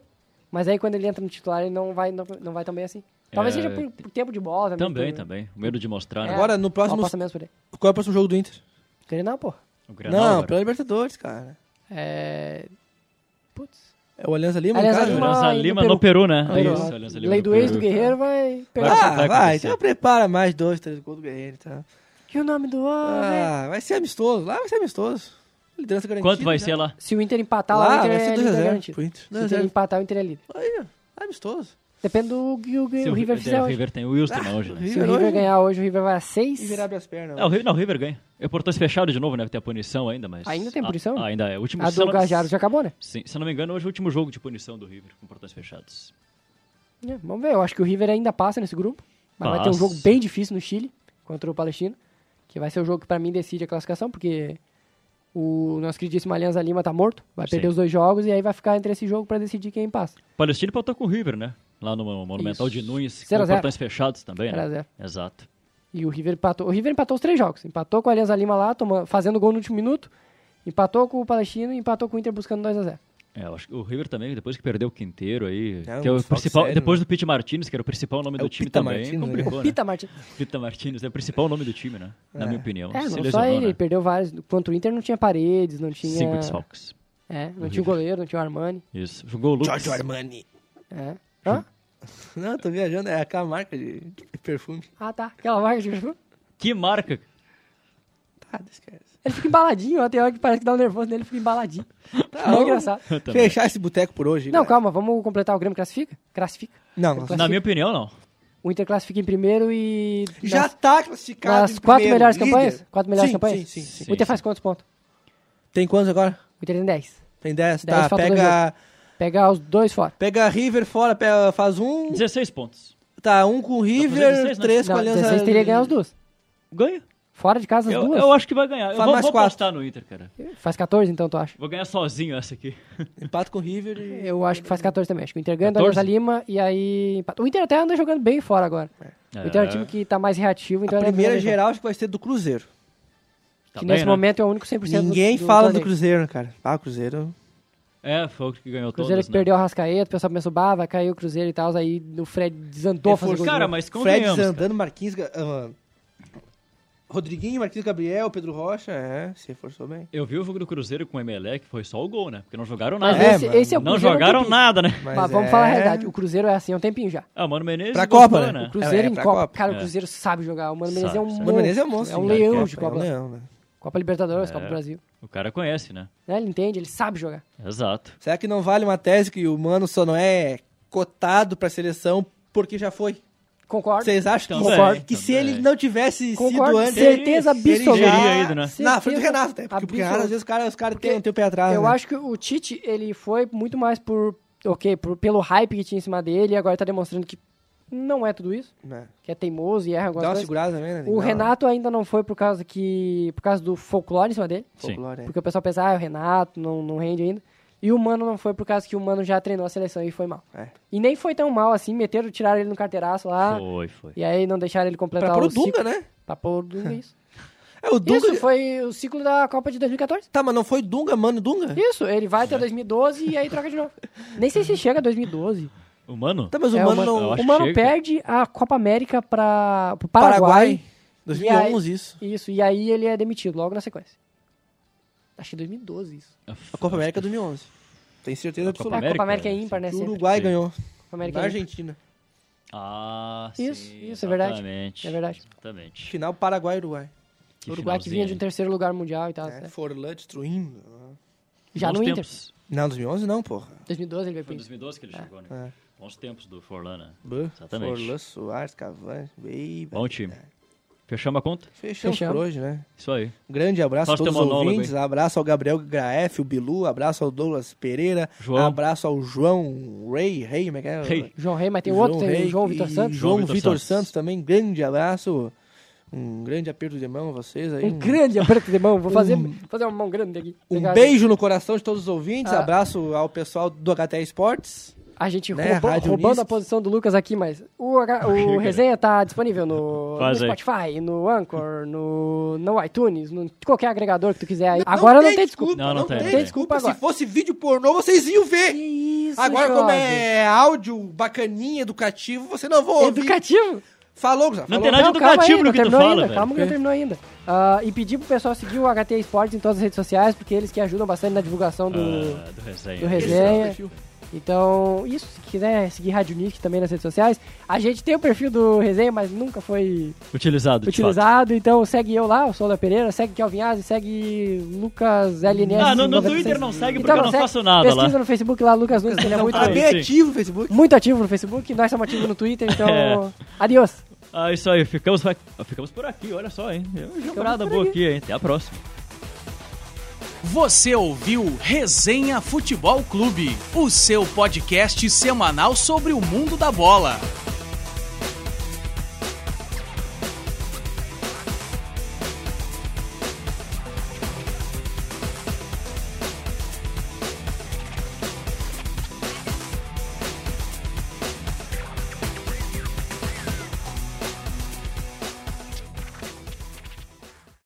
Mas aí quando ele entra no titular, ele não vai, não, não vai tão bem assim. Talvez
É,
seja por, por tempo de bola também.
Também,
por-
também. O medo de mostrar,
É,
né?
Agora, no próximo-
bola passa menos por ele.
Qual é o próximo jogo do Inter?
Grenal, pô.
O granal,
Não,
agora.
pela Libertadores, cara.
É... Putz.
É o Alianza Lima,
Alianza
cara?
Lima.
Alianza
Ah, e no
Lima
Peru.
no Peru, né?
Peru,
Isso,
né?
Alianza Lima
Lei
no
do ex do
Peru.
Guerreiro vai pegar.
Ah,
Vai
vai,
acontecer.
então prepara mais dois, três gols do Guerreiro, tá?
E o nome do homem?
Ah, vai ser amistoso. Lá vai ser amistoso. Liderança garantida.
Quanto
né?
vai ser lá?
Se o Inter empatar lá,
Lá
o Inter
Ah, vai
é
ser
líder
2x0
garantido.
pro Inter.
Se o Inter
2x0.
empatar, o Inter é líder.
Aí, ó, tá amistoso.
Depende do que o,
Se
o River fizer
o
hoje.
River tem o Wilson né, hoje,
*laughs*
né?
Se o River
é hoje-
ganhar hoje, o River vai a
E
6.
virar abre as pernas.
É, o River, não, o River ganha. É portões fechado de novo, né? Tem a punição ainda, mas.
Ainda tem
Ah,
punição?
ainda é. O último
A
se eu
do
não-
Gajaro já acabou, né?
Sim, se eu não me engano, hoje é o último jogo de punição do River com portões fechados.
É, vamos ver, eu acho que o River ainda passa nesse grupo. Mas vai ter um
Passa.
jogo bem difícil no Chile contra o Palestino. Que vai ser o jogo que pra mim decide a classificação, porque o nosso queridíssimo Alianza Lima tá morto. Vai
Sim.
perder os dois jogos e aí vai ficar entre esse jogo pra decidir quem passa.
Palestino pautou com o River, né? Lá no Monumental
Isso.
de Nunes,
Zero a
com
zero.
portões fechados também,
Zero a
né?
zero.
Exato.
E o River empatou. O River empatou os três jogos. Empatou com o Alianza Lima lá, toma, fazendo gol no último minuto. Empatou com o Palestino e empatou com o Inter buscando 2x0.
É, eu acho que o River também, depois que perdeu o Quinteiro aí,
É,
que é o
um desfalque
principal,
sério,
depois do Pete Martinez, que era o principal nome
É
do
o
time
Pita
também,
Martins, né?
complicou, né?
Pita Martins.
Pita Martinez é o principal nome do time, né? Na minha opinião.
É,
Se
não só
lesionou,
ele,
né?
ele perdeu vários. Contra o Inter não tinha paredes, não tinha.
Cinco desfalques.
É, não tinha o goleiro, não tinha o Armani.
Isso. Jogou o Lucas.
Giorgio Armani.
É. Hã?
Não, tô viajando. É aquela marca de de perfume.
Ah, tá. Aquela vaga de.
Que marca!
Tá, esquece.
Ele fica embaladinho, ó, tem hora que parece que dá um nervoso nele, ele
*laughs*
fica embaladinho.
Tá,
Não é
vamos
engraçado.
Eu também.
Fechar esse boteco por hoje.
Não,
cara.
calma, vamos completar o Grêmio classifica? Classifica.
Não,
Tem
nós-
classe-
Na minha opinião, não.
O Inter classifica em primeiro e.
já
nas-
tá classificado.
nas
em
quatro
primeiro,
melhores
líder.
campanhas? Quatro melhores
Sim,
campanhas?
Sim, sim, sim.
Sim,
o Inter
sim.
faz quantos pontos?
Tem quantos agora?
O Inter tem 10.
Tem 10.
Dez,
Tá,
falta dois
pega,
Pega os dois fora.
pega River fora, pega, faz um.
16 pontos.
Tá, um com River,
16, né?
três
Não,
com a Aliança.
16 teria ganhado as duas.
Ganha.
Fora de casa as
Eu,
duas.
eu acho que vai ganhar. Eu
Faz
vou,
mais
vou
quatro.
apostar no Inter, cara.
Faz 14 então, tu acha?
Vou ganhar sozinho essa aqui.
Empate com River e.
Eu acho que faz 14 também. Acho que o Inter ganha da
14?
Alianza Lima e aí empata. O Inter até anda jogando bem fora agora. O Inter é um time que tá mais reativo, então
a
ele é
primeira
bem-
geral acho que vai ser do Cruzeiro.
Tá
Que
bem,
nesse
né?
momento é o único 100%
Ninguém
do, do
fala do
torneio.
Cruzeiro, cara. Ah, o Cruzeiro.
É, foi o que ganhou
O Cruzeiro
todas,
que
né?
perdeu o Rascaeta, o pessoal pensou, bah, vai cair o Cruzeiro e tal, aí o Fred desandou a fazer gol de
Cara,
novo.
mas
Fred
convenhamos. cara.
Zandano, Marquinhos... Ga- ah, Rodriguinho, Marquinhos Gabriel, Pedro Rocha, é, se reforçou bem.
Eu vi o jogo do Cruzeiro com o Emelec, foi só o gol, né? Porque não jogaram
Mas
nada.
É,
esse,
mano,
esse é o
não
Cruzeiro há um
jogaram
tempinho.
nada, né?
Mas,
Mas vamos
é-
falar a realidade, o Cruzeiro é assim há um tempinho já.
Ah, o Mano Menezes
Pra
gostou,
Copa, né?
O Cruzeiro
É,
em
pra
Copa.
Copa.
Cara, o
É.
Cruzeiro sabe jogar. O Mano Menezes
Sabe,
é um
sabe.
O
monstro.
Mano Menezes é um monstro.
É um
né,
leão
cara?
de Copa,
É um leão, né?
Copa Libertadores, Copa
É.
do Brasil.
O cara conhece, né?
Né, Ele entende, ele sabe jogar.
Exato.
Será que não vale uma tese que o Mano só não é cotado pra seleção porque já foi?
Concordo.
Vocês acham que,
Também,
Concordo. que se
também.
ele não tivesse
Concordo,
sido antes...
certeza
ele- ele
absoluta.
já-
Ido, né?
Na frente do
Certeza
Renato, né? Porque o Renato,
absoluta.
às vezes, os caras os caras
Porque
têm têm o pé atrás.
Eu
né?
acho que o Tite, ele foi muito mais por, ok, por, pelo hype que tinha em cima dele e agora tá demonstrando que não é tudo isso,
Né?
que é teimoso e erra algumas
Dá uma
coisas.
segurada também, né?
O Renato ainda não foi por causa que por causa do folclore em cima dele,
Sim.
porque o pessoal pensa, ah, é o Renato não, não rende ainda. E o Mano não foi por causa que o Mano já treinou a seleção e foi mal.
É.
E nem foi tão mal assim, meteram, tiraram ele no carteiraço lá.
Foi, foi.
E aí não deixaram ele completar
Pra pôr
o
o Dunga,
ciclo.
né?
Pra pôr o Dunga, isso.
É, o Dunga...
tá Isso, foi o ciclo da Copa de 2014.
Tá, mas não foi Dunga, Mano Dunga?
Isso, ele vai até 2012 e aí troca de novo. Nem sei se chega a 2012.
O Mano?
Tá, *laughs* mas o
É,
Mano
eu
não...
acho
o
que
Mano
chega.
perde a Copa América para pro Paraguai.
Paraguai. 2011, isso.
Isso, e aí ele é demitido logo na sequência. Acho que é 2012 isso.
A Copa América é 2011. Tenho certeza
A Copa
É,
absoluta.
a Copa
América,
América é ímpar, né?
O
sempre.
Uruguai
Sim.
ganhou.
Copa América
Na
é ímpar.
Argentina.
Ah,
Isso,
sim,
isso, é verdade.
Exatamente.
É verdade.
Exatamente.
Final Paraguai e Uruguai.
O Uruguai que vinha de um terceiro lugar mundial e tal.
É,
né?
Forlan destruindo.
Já no Inter.
Não, 2011 não, porra.
2012 ele veio pro
Foi em
Inter.
2012 que ele chegou, né?
É.
Bons tempos do Forlan, né? Exatamente.
Forlan, Soares, Cavani,
É,
baby.
Bom time. Fechamos a conta?
Fechamos
Fechamos.
por hoje, né?
Isso aí.
Um grande abraço
Faz
a todos
teu
os
monólogo
ouvintes. Abraço ao Gabriel Graef, o Bilu. Abraço ao Douglas Pereira.
João.
Abraço ao João Rei. Rei, como é que é?
Rei.
João Rei, mas tem
João
outro, tem
Rei
o João
e
Vitor Santos.
João
João Vitor
Vitor Santos.
Santos
também. Grande abraço. Um grande aperto de mão a vocês aí.
Um grande aperto de mão. Vou fazer, fazer uma mão grande aqui.
Um
Pegar-
beijo no coração de todos os ouvintes.
Ah.
Abraço ao pessoal do HT Esportes.
A gente
né,
roubou-
Rádio
roubando
Unisc.
a posição do Lucas aqui, mas o, H- o
Chega.
resenha tá
*laughs*
disponível no, no
né? Faz aí.
Spotify, no Anchor, no, no iTunes, no qualquer agregador que tu quiser aí. Agora não tem desculpa.
Não, não tem, não
tem.
desculpa.
Agora.
Se fosse vídeo pornô, vocês iam ver.
Que isso,
Agora, como
jovem.
é áudio bacaninha, educativo, você não vou ouvir.
É Educativo?
Falou, já
Não
falou.
tem nada de
calma
educativo
aí,
no
não
que tu
terminou
fala,
ainda,
velho. É.
Calma que não terminou ainda. Ah, e pedir pro pessoal seguir o HT Esportes em todas as redes sociais, porque eles que ajudam bastante na divulgação do,
Ah, do resenha.
Esse é
do resenha.
o
Resenha.
perfil.
Então, isso, se quiser seguir Rádio Nick também nas redes sociais. A gente tem o perfil do Resenha, mas nunca foi
Utilizado, de
utilizado. Então, segue eu lá, o Sou da Pereira, segue Kelvin Azzi, segue Lucas LNS.
fato. Ah, no, no
96.
Twitter não segue porque
Então
eu não
segue,
faço nada
Pesquisa
lá.
no Facebook lá, Lucas Nunes, que ele é muito,
Tá
Ah,
bem
sim.
ativo o Facebook.
muito ativo no Facebook. Nós estamos ativos no Twitter, então...
*laughs* É.
Adiós!
Ah, isso aí. Ficamos, ah, ficamos por aqui, olha só, hein? Eu já nada
por
boa
aqui.
aqui, hein? Até a próxima.
Você ouviu Resenha Futebol Clube, o seu podcast semanal sobre o mundo da bola.